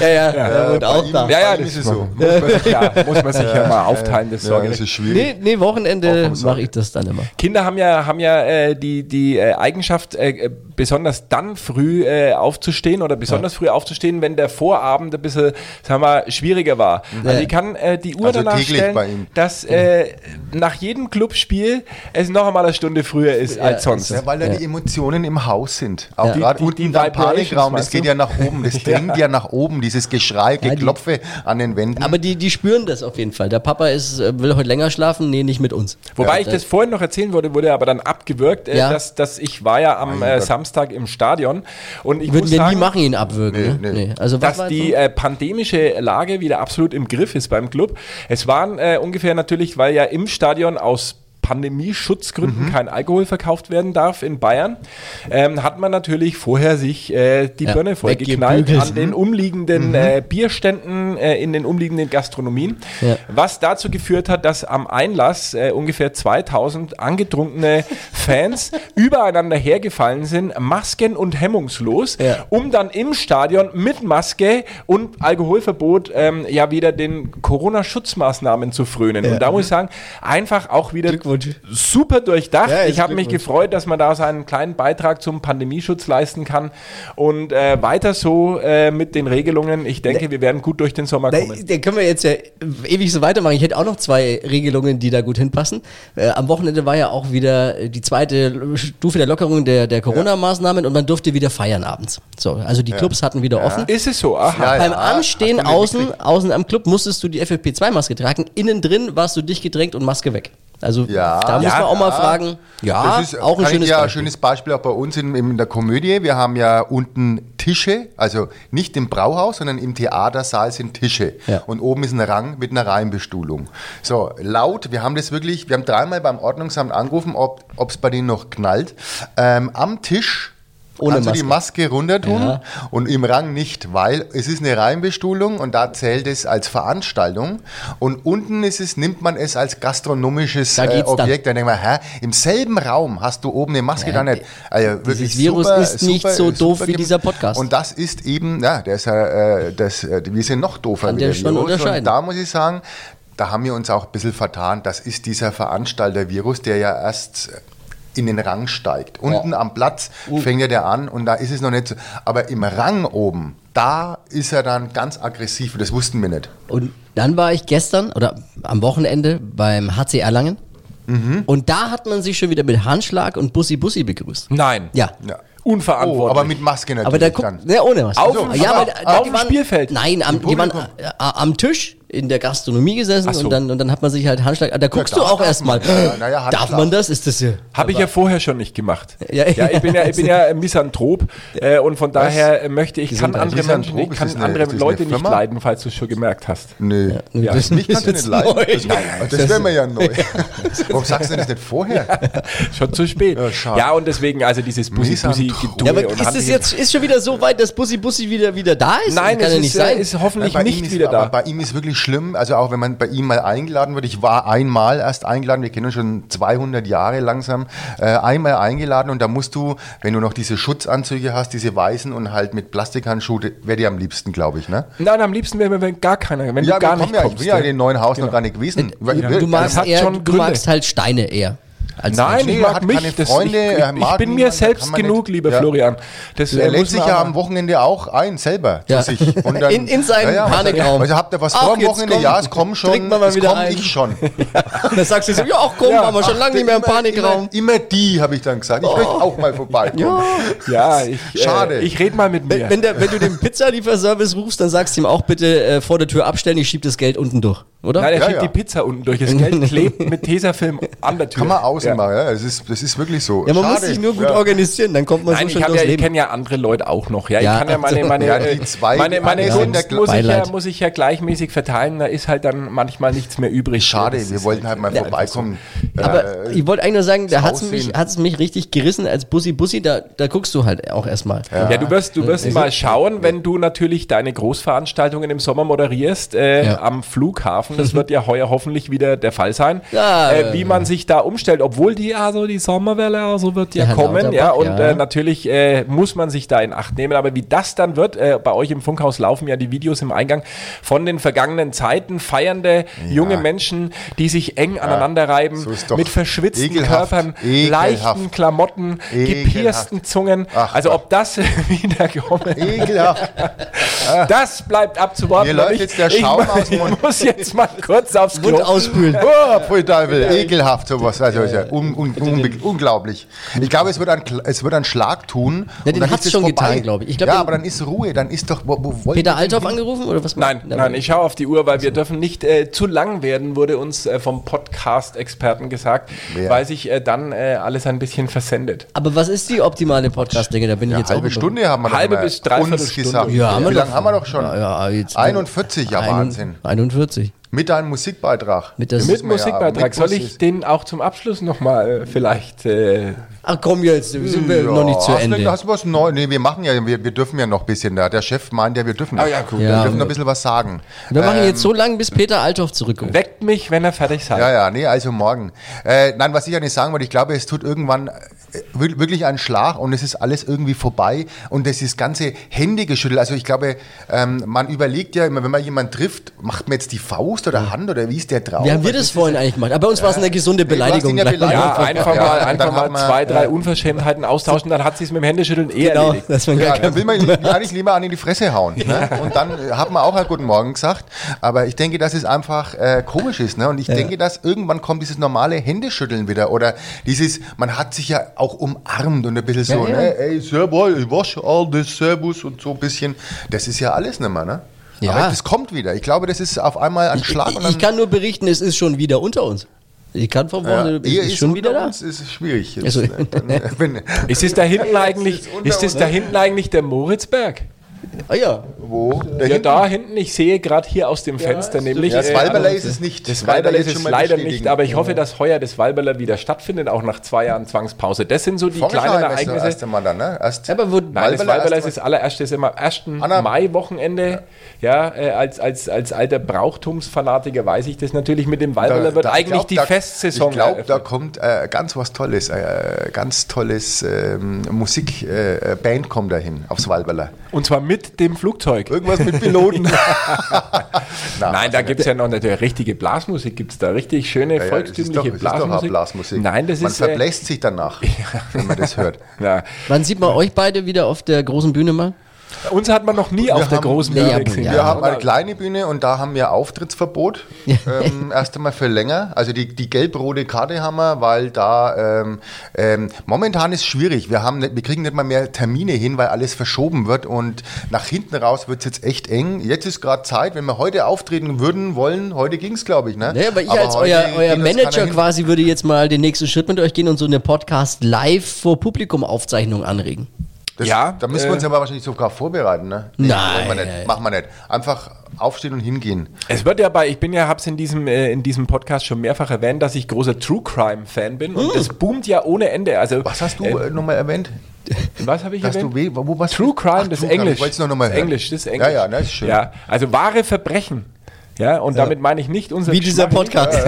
Speaker 4: ja. ja, ja, der wohnt auch da.
Speaker 2: Ja, ja,
Speaker 3: das
Speaker 2: das
Speaker 3: Äh, ist es so.
Speaker 2: muss
Speaker 3: *laughs*
Speaker 2: man sich ja, muss man sich ja mal aufteilen, das
Speaker 3: Ja,
Speaker 2: Sorgerecht.
Speaker 3: das ist
Speaker 4: Nee,
Speaker 3: schwierig.
Speaker 4: nee,
Speaker 3: Auch
Speaker 4: Wochenende
Speaker 3: am Sonntag.
Speaker 4: mache ich das dann immer.
Speaker 2: Kinder haben ja, haben ja äh, die, die äh, Eigenschaft, äh, äh, besonders dann früh äh, aufzustehen oder besonders früh aufzustehen, wenn der Vorabend ein bisschen, sagen wir, mal, schwieriger war. Also ich kann äh, die Uhr
Speaker 3: Also
Speaker 2: danach
Speaker 3: täglich
Speaker 2: stellen,
Speaker 3: bei ihm.
Speaker 2: dass äh, nach jedem Clubspiel es noch einmal eine Stunde früher ist als sonst.
Speaker 3: Ja, weil da die Emotionen im Haus sind. Auch
Speaker 4: Ja.
Speaker 2: Die-
Speaker 3: gerade
Speaker 2: die-
Speaker 3: unten
Speaker 2: die
Speaker 3: der
Speaker 2: Vibrations,
Speaker 3: Panikraum, das
Speaker 2: meinst du?
Speaker 3: geht ja nach oben, das
Speaker 4: *laughs*
Speaker 3: dringt ja nach oben, dieses Geschrei,
Speaker 4: die-
Speaker 3: Geklopfe an den Wänden.
Speaker 4: Aber die, die spüren das auf jeden Fall. Der Papa ist, äh, will heute länger schlafen, nee, nicht mit uns.
Speaker 2: Wobei
Speaker 4: Ja,
Speaker 2: ich das vorhin noch erzählen wollte, wurde aber dann abgewürgt, äh,
Speaker 4: Ja.
Speaker 2: dass, dass ich war ja am äh, Samstag im Stadion und ich
Speaker 4: Würden
Speaker 2: muss
Speaker 4: wir
Speaker 2: sagen,
Speaker 4: nie machen, ihn abwürgen.
Speaker 3: Nee,
Speaker 4: Nee,
Speaker 3: nee.
Speaker 4: ne? nee. Also was
Speaker 2: dass
Speaker 4: war
Speaker 2: die
Speaker 4: jetzt
Speaker 2: äh, pandemische Lage wieder absolut im Griff ist beim Club. Es waren äh, ungefähr natürlich, weil ja im Stadion aus
Speaker 4: Mhm.
Speaker 2: Pandemie-Schutzgründen kein Alkohol verkauft werden darf in Bayern, ähm, hat man natürlich vorher sich äh, die
Speaker 4: Ja, ne? Mhm.
Speaker 2: Birne vollgeknallt
Speaker 4: weggebügelt.
Speaker 2: an den umliegenden äh, Bierständen, äh, in den umliegenden Gastronomien,
Speaker 4: Ja.
Speaker 2: was dazu geführt hat, dass am Einlass äh, ungefähr 2000 angetrunkene Fans *laughs* übereinander hergefallen sind, masken- und hemmungslos,
Speaker 4: Ja.
Speaker 2: um dann im Stadion mit Maske und Alkoholverbot ähm, ja wieder den Corona-Schutzmaßnahmen zu frönen. Und da muss ich sagen, einfach auch wieder
Speaker 4: Glückwunsch.
Speaker 2: super durchdacht.
Speaker 4: Ja, ist
Speaker 2: ich habe mich
Speaker 4: Glückwunsch.
Speaker 2: gefreut, dass man da seinen kleinen Beitrag zum Pandemieschutz leisten kann. Und äh, weiter so äh, mit den Regelungen. Ich denke, wir werden gut durch den Sommer
Speaker 4: da,
Speaker 2: kommen.
Speaker 4: da können wir jetzt ja ewig so weitermachen. Ich hätte auch noch zwei Regelungen, die da gut hinpassen. Äh, am Wochenende war ja auch wieder äh, die zweite Stufe der Lockerung der, der Corona-Maßnahmen und man durfte wieder feiern abends. So, also die Clubs hatten wieder offen.
Speaker 2: Ist es so? Aha.
Speaker 3: Ja,
Speaker 4: Beim
Speaker 3: ja,
Speaker 4: Anstehen
Speaker 3: hast du
Speaker 4: außen, außen am Club musstest du die FFP2-Maske tragen. Innen drin warst du dicht gedrängt und Maske weg. Also
Speaker 3: Ja.
Speaker 4: da muss
Speaker 3: Ja,
Speaker 4: man auch mal
Speaker 3: ja.
Speaker 4: fragen. Ja,
Speaker 3: das ist
Speaker 4: auch ein
Speaker 3: kann ich
Speaker 4: schönes
Speaker 3: dir ein
Speaker 4: Beispiel.
Speaker 3: schönes Beispiel auch bei uns in, in der Komödie. Wir haben ja unten Tische, also nicht im Brauhaus, sondern im Theatersaal sind Tische.
Speaker 4: Ja.
Speaker 3: Und oben ist ein Rang mit einer Reihenbestuhlung. So, laut, wir haben das wirklich, wir haben dreimal beim Ordnungsamt angerufen, ob es bei denen noch knallt. Ähm, am Tisch.
Speaker 4: Ohne
Speaker 3: Kannst du die Maske runter tun
Speaker 4: Ja.
Speaker 3: und im Rang nicht, weil es ist eine Reihenbestuhlung und da zählt es als Veranstaltung und unten ist es, nimmt man es als gastronomisches
Speaker 4: Da
Speaker 3: äh,
Speaker 4: geht's dann.
Speaker 3: Objekt dann denke ich mir, hä, im selben Raum hast du oben eine Maske da nicht. Also wirklich
Speaker 4: äh, Virus ist nicht so doof wie
Speaker 3: gem-
Speaker 4: dieser Podcast.
Speaker 3: Und das ist eben, ja, der ist ja, äh, das, äh, wir sind noch doofer
Speaker 4: Kann
Speaker 3: wie
Speaker 4: der schon
Speaker 3: Virus.
Speaker 4: unterscheiden.
Speaker 3: Und da muss ich sagen, da haben wir uns auch ein bisschen vertan. Das ist dieser Veranstalter-Virus, der ja erst in den Rang steigt. Unten am Platz
Speaker 4: Uh.
Speaker 3: fängt ja der an und da ist es noch nicht so. Aber im Rang oben, da ist er dann ganz aggressiv und das wussten wir nicht.
Speaker 4: Und dann war ich gestern oder am Wochenende beim HC Erlangen.
Speaker 2: Mhm.
Speaker 4: Und da hat man sich schon wieder mit Handschlag und Bussi Bussi begrüßt.
Speaker 2: Nein.
Speaker 4: Ja.
Speaker 3: Ja.
Speaker 2: Unverantwortlich.
Speaker 3: Oh, aber mit Maske natürlich
Speaker 4: Aber da
Speaker 3: dann.
Speaker 4: guckt, ne, ohne was.
Speaker 2: Auf-
Speaker 4: ja,
Speaker 2: aber
Speaker 4: aber, da-
Speaker 2: auf
Speaker 4: die
Speaker 2: dem
Speaker 4: waren-
Speaker 2: Spielfeld.
Speaker 4: Nein, am,
Speaker 3: Im
Speaker 4: die waren,
Speaker 3: Publikum.
Speaker 4: äh, am Tisch in der Gastronomie gesessen
Speaker 2: Ach so.
Speaker 4: und, dann, und dann hat man sich halt Handschlag. Ah, Da guckst
Speaker 3: da
Speaker 4: du auch
Speaker 3: darf
Speaker 4: erstmal.
Speaker 3: man. Ja, na ja,
Speaker 4: darf
Speaker 3: Handschlag.
Speaker 4: man das? Ist das hier?
Speaker 2: Habe ich ja vorher schon nicht gemacht.
Speaker 4: Ja,
Speaker 2: ich bin ja, ich bin
Speaker 4: *laughs*
Speaker 2: ja Misanthrop äh, und von daher möchte ich, kann
Speaker 3: Gesundheit.
Speaker 2: andere Menschen, ich
Speaker 3: Misanthrop, ist
Speaker 2: kann
Speaker 3: das eine-
Speaker 2: andere
Speaker 3: ist das eine
Speaker 2: Leute nicht
Speaker 3: Firma?
Speaker 2: leiden, falls du es schon gemerkt hast.
Speaker 3: Nö.
Speaker 4: Ja, das
Speaker 3: Mich kannst du
Speaker 4: ist
Speaker 3: nicht leiden.
Speaker 4: neu.
Speaker 3: Das, das, wäre mir
Speaker 2: *laughs*
Speaker 3: ja neu. Warum sagst du denn das nicht vorher?
Speaker 2: Schon zu spät.
Speaker 3: Ja, schade.
Speaker 2: ja und deswegen also dieses
Speaker 3: Misanthrop.
Speaker 2: Bussi-Bussi-Geduld.
Speaker 4: Ja, aber
Speaker 2: und
Speaker 4: ist
Speaker 2: Hand-
Speaker 4: es jetzt ist schon wieder so weit, dass Bussi Bussi wieder, wieder da ist?
Speaker 2: Nein,
Speaker 4: kann
Speaker 2: es
Speaker 4: ja
Speaker 2: ist,
Speaker 4: nicht
Speaker 2: äh,
Speaker 4: sein.
Speaker 2: ist hoffentlich
Speaker 3: Bei ihm
Speaker 2: nicht
Speaker 3: ist,
Speaker 2: wieder
Speaker 3: aber
Speaker 2: da.
Speaker 3: Bei ihm ist wirklich schlimm. Also auch wenn man bei ihm mal eingeladen wird. Ich war einmal erst eingeladen. Wir kennen uns schon 200 Jahre langsam. Äh, einmal eingeladen und da musst du, wenn du noch diese Schutzanzüge hast, diese weißen und halt mit Plastikhandschuhe, wäre dir am liebsten, glaube ich, ne?
Speaker 2: Nein, am liebsten wäre mir, wenn gar keiner, wenn du gar
Speaker 3: wir kommen
Speaker 2: nicht
Speaker 3: ja, ich
Speaker 2: kommst.
Speaker 3: bin ja
Speaker 2: ne?
Speaker 3: in dem neuen Haus
Speaker 2: Genau.
Speaker 3: noch gar nicht gewesen.
Speaker 4: du magst,
Speaker 2: hat
Speaker 4: eher,
Speaker 2: schon
Speaker 4: du
Speaker 2: Gründe.
Speaker 4: magst halt Steine eher. als
Speaker 2: Nein,
Speaker 4: Menschen. *laughs*
Speaker 2: ich
Speaker 3: Nee,
Speaker 2: mag
Speaker 3: hat
Speaker 2: mich.
Speaker 3: keine
Speaker 2: Das,
Speaker 3: Freunde,
Speaker 2: ich,
Speaker 3: er
Speaker 2: ich, ich
Speaker 3: mag
Speaker 2: bin mir
Speaker 3: niemanden,
Speaker 2: selbst
Speaker 3: kann man
Speaker 2: genug,
Speaker 3: nicht-
Speaker 2: lieber
Speaker 3: Ja.
Speaker 2: Florian. Das äh,
Speaker 3: Er
Speaker 2: muss
Speaker 3: lädt sich
Speaker 2: man
Speaker 3: ja
Speaker 2: auch-
Speaker 3: am Wochenende auch ein, selber
Speaker 4: Ja.
Speaker 3: zu sich. Und dann,
Speaker 4: *laughs* In- in seinen
Speaker 3: was-
Speaker 4: Panikraum.
Speaker 3: Also habt ihr was
Speaker 4: Ach,
Speaker 3: vor am
Speaker 4: jetzt
Speaker 3: Wochenende?
Speaker 4: komm.
Speaker 3: Ja, es kommen schon.
Speaker 4: Trinken wir mal
Speaker 3: es
Speaker 4: wieder
Speaker 3: komm
Speaker 4: ein.
Speaker 3: ich schon.
Speaker 4: Und dann sagst du so, ja, auch komm,
Speaker 2: Ja,
Speaker 4: waren wir schon lange nicht mehr im
Speaker 3: Immer-
Speaker 4: Panikraum. Oh.
Speaker 3: Immer, immer die, habe ich dann gesagt. Ich möchte auch mal vorbeikommen.
Speaker 2: Ja, ich,
Speaker 3: Schade.
Speaker 2: Äh, ich rede mal mit mir.
Speaker 4: Wenn, wenn, der, wenn du den Pizzalieferservice rufst, dann sagst du ihm auch bitte äh, vor der Tür abstellen, ich schieb das Geld unten durch, oder?
Speaker 2: Nein, er
Speaker 3: Ja,
Speaker 2: schiebt
Speaker 3: ja.
Speaker 2: die Pizza unten durch. Das
Speaker 4: *laughs*
Speaker 2: Geld klebt mit Tesafilm an der Tür.
Speaker 3: Kann man außen
Speaker 2: Ja.
Speaker 3: machen, ja. Das ist, das ist wirklich so.
Speaker 4: ja, man muss
Speaker 3: Schade.
Speaker 4: sich nur gut
Speaker 3: Ja.
Speaker 4: organisieren, dann kommt man
Speaker 2: Nein,
Speaker 4: so
Speaker 2: ich,
Speaker 4: schön
Speaker 2: hab ja,
Speaker 4: durchs
Speaker 2: ich
Speaker 4: Leben.
Speaker 2: kenne ja andere Leute auch noch. Ja, ich
Speaker 4: Ja,
Speaker 2: kann ja meine,
Speaker 4: also-
Speaker 2: meine,
Speaker 3: Ja,
Speaker 2: äh,
Speaker 3: die zwei-
Speaker 2: meine, meine
Speaker 3: Ja.
Speaker 2: Kunst muss ich, ja,
Speaker 4: Beileid.
Speaker 2: muss ich ja gleichmäßig verteilen. Da ist halt dann manchmal nichts mehr übrig.
Speaker 3: Schade,
Speaker 2: Das
Speaker 3: wir
Speaker 2: ist-
Speaker 3: wollten halt mal
Speaker 4: Ja,
Speaker 3: vorbeikommen.
Speaker 4: Aber
Speaker 3: Äh,
Speaker 4: ich wollte eigentlich nur sagen, da hat es
Speaker 3: Aussehen.
Speaker 4: mich, hat's mich richtig gerissen als Bussi Bussi, da, da guckst du halt auch erstmal.
Speaker 2: Ja, du wirst, du wirst mal schauen, wenn du natürlich deine Großveranstaltungen im Sommer moderierst äh,
Speaker 4: Ja.
Speaker 2: am Flughafen. Das wird ja heuer hoffentlich wieder der Fall sein,
Speaker 4: Ja,
Speaker 2: äh, wie
Speaker 4: äh,
Speaker 2: man sich da umstellt. Obwohl die also die Sommerwelle also wird ja
Speaker 4: Ja,
Speaker 2: kommen,
Speaker 4: Lauterbach,
Speaker 2: ja und
Speaker 4: ja.
Speaker 2: Äh, natürlich äh, muss man sich da in Acht nehmen. Aber wie das dann wird, äh, bei euch im Funkhaus laufen ja die Videos im Eingang von den vergangenen Zeiten feiernde junge Menschen, die sich eng aneinander reiben,
Speaker 3: so ist doch
Speaker 2: mit verschwitzten
Speaker 3: ekelhaft,
Speaker 2: Körpern,
Speaker 3: ekelhaft.
Speaker 2: leichten Klamotten,
Speaker 3: Ekelhaft.
Speaker 2: gepiersten Zungen.
Speaker 3: Ach
Speaker 2: also
Speaker 3: Gott.
Speaker 2: ob das *laughs* wieder kommen
Speaker 3: Ekelhaft.
Speaker 2: das bleibt abzuwarten.
Speaker 3: Mir läuft
Speaker 2: Und ich-
Speaker 3: jetzt der Schaum
Speaker 2: ich,
Speaker 3: aus dem Mund.
Speaker 2: Ich muss jetzt mal kurz aufs Klo.
Speaker 4: Mund ausspülen.
Speaker 3: Oh, voll Teufel, ekelhaft sowas. Also, ist ja un, un, unbe- unglaublich. Ich glaube, es wird einen, Kl- es wird einen Schlag tun.
Speaker 4: Ja,
Speaker 3: und
Speaker 4: den
Speaker 3: dann
Speaker 4: hat's
Speaker 3: ist es
Speaker 4: schon
Speaker 3: vorbei.
Speaker 4: getan, glaube ich. Ich glaube,
Speaker 3: ja,
Speaker 4: den-
Speaker 3: aber dann ist Ruhe, dann ist doch. Wo, wo wollt
Speaker 4: Peter
Speaker 3: ihr
Speaker 4: Althoff
Speaker 3: denn hin?
Speaker 4: angerufen oder was?
Speaker 2: Nein, nein, ich schaue auf die Uhr, weil wir dürfen nicht äh, zu lang werden, wurde uns äh, vom Podcast-Experten gesagt,
Speaker 3: Wer?
Speaker 2: weil sich äh, dann äh, alles ein bisschen versendet.
Speaker 4: Aber was ist die optimale Podcast-Dinge? Da bin ich
Speaker 3: Eine
Speaker 4: jetzt auch
Speaker 3: halbe
Speaker 4: über-
Speaker 3: Stunde haben wir doch
Speaker 2: Halbe
Speaker 3: immer
Speaker 2: bis dreiviertel
Speaker 3: uns
Speaker 2: Stunde.
Speaker 3: gesagt.
Speaker 4: Ja, haben wir
Speaker 3: Wie
Speaker 4: doch.
Speaker 3: lange haben wir doch schon?
Speaker 4: Ja, ja, jetzt-
Speaker 3: 41, ja,
Speaker 4: Einund-
Speaker 3: Wahnsinn.
Speaker 4: 41.
Speaker 3: Mit deinem Musikbeitrag.
Speaker 4: Mit der-
Speaker 3: Den
Speaker 4: Mit
Speaker 2: Mit
Speaker 3: müssen wir ja-
Speaker 2: Musikbeitrag.
Speaker 3: mit
Speaker 2: Soll
Speaker 3: Musik-
Speaker 2: ich den auch zum Abschluss nochmal äh, vielleicht? Äh,
Speaker 4: Ach komm jetzt, sind wir
Speaker 3: Ja,
Speaker 4: noch nicht zu
Speaker 3: hast
Speaker 4: Ende.
Speaker 3: Du, hast du was Neues? Nee, wir machen ja, wir, wir dürfen ja noch ein bisschen da. Der Chef meint ja, wir dürfen.
Speaker 2: Ah ja, gut.
Speaker 3: Wir
Speaker 4: Ja.
Speaker 3: dürfen noch ein bisschen was sagen.
Speaker 4: wir
Speaker 3: Ähm,
Speaker 4: machen jetzt so lange, bis Peter Althoff zurückkommt.
Speaker 2: weckt mich, wenn er fertig seid.
Speaker 3: Ja, ja, nee, also morgen. Äh, nein, was ich ja nicht sagen wollte, ich glaube, es tut irgendwann äh, wir- wirklich einen Schlag und es ist alles irgendwie vorbei und das ist ganze Händegeschüttel. Also ich glaube, ähm, man überlegt ja immer, wenn man jemanden trifft, macht man jetzt die Faust oder Hand oder wie ist der drauf? Also
Speaker 4: Wie haben wir
Speaker 3: Was
Speaker 4: das
Speaker 3: ist
Speaker 4: vorhin eigentlich gemacht? Aber bei uns war es eine gesunde
Speaker 3: Nee, du hast
Speaker 4: Beleidigung.
Speaker 3: ihn ja
Speaker 4: gleich mal
Speaker 3: beleidigt.
Speaker 2: Ja,
Speaker 4: anfangen.
Speaker 2: einfach
Speaker 3: Ja,
Speaker 2: mal,
Speaker 3: dann
Speaker 2: einfach mal
Speaker 3: hat man-
Speaker 2: zwei, drei Unverschämtheiten austauschen, dann hat sie es mit dem Händeschütteln eh
Speaker 4: Genau,
Speaker 2: erledigt.
Speaker 4: dass man gar
Speaker 3: Ja,
Speaker 4: kein
Speaker 3: dann will man ihn
Speaker 4: *laughs*
Speaker 3: eigentlich lieber an in die Fresse hauen. Ne? Und dann äh, hat man auch einen guten Morgen gesagt. Aber ich denke, dass es einfach äh, komisch ist. Ne? Und ich denke, dass irgendwann kommt dieses normale Händeschütteln wieder. Oder dieses, man hat sich ja auch umarmt und ein bisschen so,
Speaker 4: ja.
Speaker 3: ne? ey, Servus, ich wasch all das, Servus und so ein bisschen. Das ist ja alles nicht mehr, ne?
Speaker 4: Ja.
Speaker 3: Aber das kommt wieder. Ich glaube, das ist auf einmal ein Schlag.
Speaker 4: Ich,
Speaker 3: und dann,
Speaker 4: ich kann nur berichten, es ist schon wieder unter uns. Ich kann vom
Speaker 3: ja,
Speaker 4: Wochenende
Speaker 3: ihr
Speaker 4: ist, schon
Speaker 3: unter
Speaker 4: wieder da.
Speaker 3: uns, ist schwierig. Jetzt,
Speaker 4: Also-
Speaker 3: ne? Dann, äh, wenn,
Speaker 2: Ist es da hinten eigentlich,
Speaker 3: ist unter
Speaker 2: ist es
Speaker 3: uns. ne?
Speaker 2: da hinten eigentlich der Moritzberg?
Speaker 4: Ah ja.
Speaker 3: wo? Da
Speaker 2: Ja,
Speaker 3: hinten?
Speaker 2: da hinten, ich sehe gerade hier aus dem Fenster nämlich.
Speaker 3: Ja, das
Speaker 2: äh,
Speaker 3: Walberler
Speaker 2: also,
Speaker 3: ist es nicht.
Speaker 2: Das
Speaker 3: Kann ich
Speaker 2: Walberler
Speaker 3: jetzt
Speaker 2: ist
Speaker 3: schon
Speaker 2: es
Speaker 3: mal
Speaker 2: leider
Speaker 3: bestätigen.
Speaker 2: nicht, aber ich hoffe, dass heuer das Walberler wieder stattfindet, auch nach zwei Jahren Zwangspause. Das sind so die
Speaker 3: Vorgeschlagen
Speaker 2: kleinen
Speaker 3: ist das erste
Speaker 2: Ereignisse.
Speaker 3: Mal dann, ne? Erst
Speaker 4: Aber wo,
Speaker 2: Nein, das
Speaker 3: Walberler
Speaker 2: Walberler ist
Speaker 3: erst
Speaker 2: das allererste, ist immer am 1.
Speaker 3: Anna-
Speaker 2: Mai-Wochenende. Ja, äh, als, als, als alter Brauchtumsfanatiker weiß ich das natürlich. Mit dem Walberler wird
Speaker 3: ich
Speaker 2: eigentlich
Speaker 3: glaub,
Speaker 2: die
Speaker 3: da-
Speaker 2: Festsaison.
Speaker 3: Ich glaube, da
Speaker 2: eröffnet.
Speaker 3: kommt äh, ganz was Tolles, äh, ganz tolles ähm, Musikband äh, Band kommt da hin, aufs Walberler.
Speaker 2: Und zwar mit dem Flugzeug.
Speaker 3: Irgendwas
Speaker 2: *laughs*
Speaker 3: mit Piloten. Na,
Speaker 2: Nein, da gibt es ja noch natürlich richtige Blasmusik, gibt es da richtig schöne
Speaker 3: ja, ja, das ist doch,
Speaker 2: volkstümliche
Speaker 3: das ist doch auch
Speaker 2: Blasmusik.
Speaker 3: Blasmusik.
Speaker 2: Nein, das
Speaker 3: man
Speaker 2: ist. äh, *laughs*
Speaker 3: verbläst sich danach, wenn man das hört.
Speaker 2: ja.
Speaker 4: Wann sieht man euch beide wieder auf der großen Bühne mal?
Speaker 2: Uns hat man noch nie auf der
Speaker 3: haben-
Speaker 2: großen
Speaker 4: Ja,
Speaker 2: Bühne
Speaker 4: ja,
Speaker 2: gesehen.
Speaker 4: ja.
Speaker 3: Wir haben eine
Speaker 2: Aber-
Speaker 3: kleine Bühne und da haben wir Auftrittsverbot.
Speaker 4: *laughs*
Speaker 3: ähm, erst einmal für länger. Also die, die gelb-rote Karte haben wir, weil da ähm, ähm, momentan ist schwierig. Wir, haben nicht, wir kriegen nicht mal mehr Termine hin, weil alles verschoben wird und nach hinten raus wird es jetzt echt eng. Jetzt ist gerade Zeit, wenn wir heute auftreten würden wollen, heute ging es, glaube ich. Ne?
Speaker 4: Nee, aber ich als
Speaker 3: heute
Speaker 4: euer,
Speaker 3: geht
Speaker 4: euer
Speaker 3: uns keiner
Speaker 4: Manager
Speaker 3: hin.
Speaker 4: quasi würde jetzt mal den nächsten Schritt mit euch gehen und so eine Podcast live vor Publikum Aufzeichnung anregen.
Speaker 3: Das,
Speaker 2: Ja,
Speaker 3: da müssen wir uns
Speaker 2: äh,
Speaker 3: aber wahrscheinlich sogar vorbereiten. Ne?
Speaker 4: Nein.
Speaker 3: Machen wir nicht. Machen wir nicht. Einfach aufstehen und hingehen.
Speaker 2: Es wird ja bei, ich bin ja, hab's in diesem, äh, in diesem Podcast schon mehrfach erwähnt, dass ich großer True Crime Fan bin und das boomt ja ohne Ende. Also,
Speaker 3: Hm. Was hast du
Speaker 2: Äh,
Speaker 3: äh, nochmal erwähnt?
Speaker 2: was habe ich
Speaker 3: Dass
Speaker 2: erwähnt?
Speaker 3: du weh, wo warst
Speaker 2: True
Speaker 3: du?
Speaker 2: Crime,
Speaker 3: Ach,
Speaker 2: das
Speaker 3: True
Speaker 2: ist
Speaker 3: Crime,
Speaker 2: Englisch.
Speaker 3: Ich wollte es noch mal
Speaker 2: Das
Speaker 3: hören.
Speaker 2: Englisch, das ist
Speaker 3: Ja,
Speaker 2: Englisch.
Speaker 3: ja, das ist schön.
Speaker 2: Ja, also wahre Verbrechen. Ja, und damit meine ich nicht unser
Speaker 4: Wie dieser Podcast.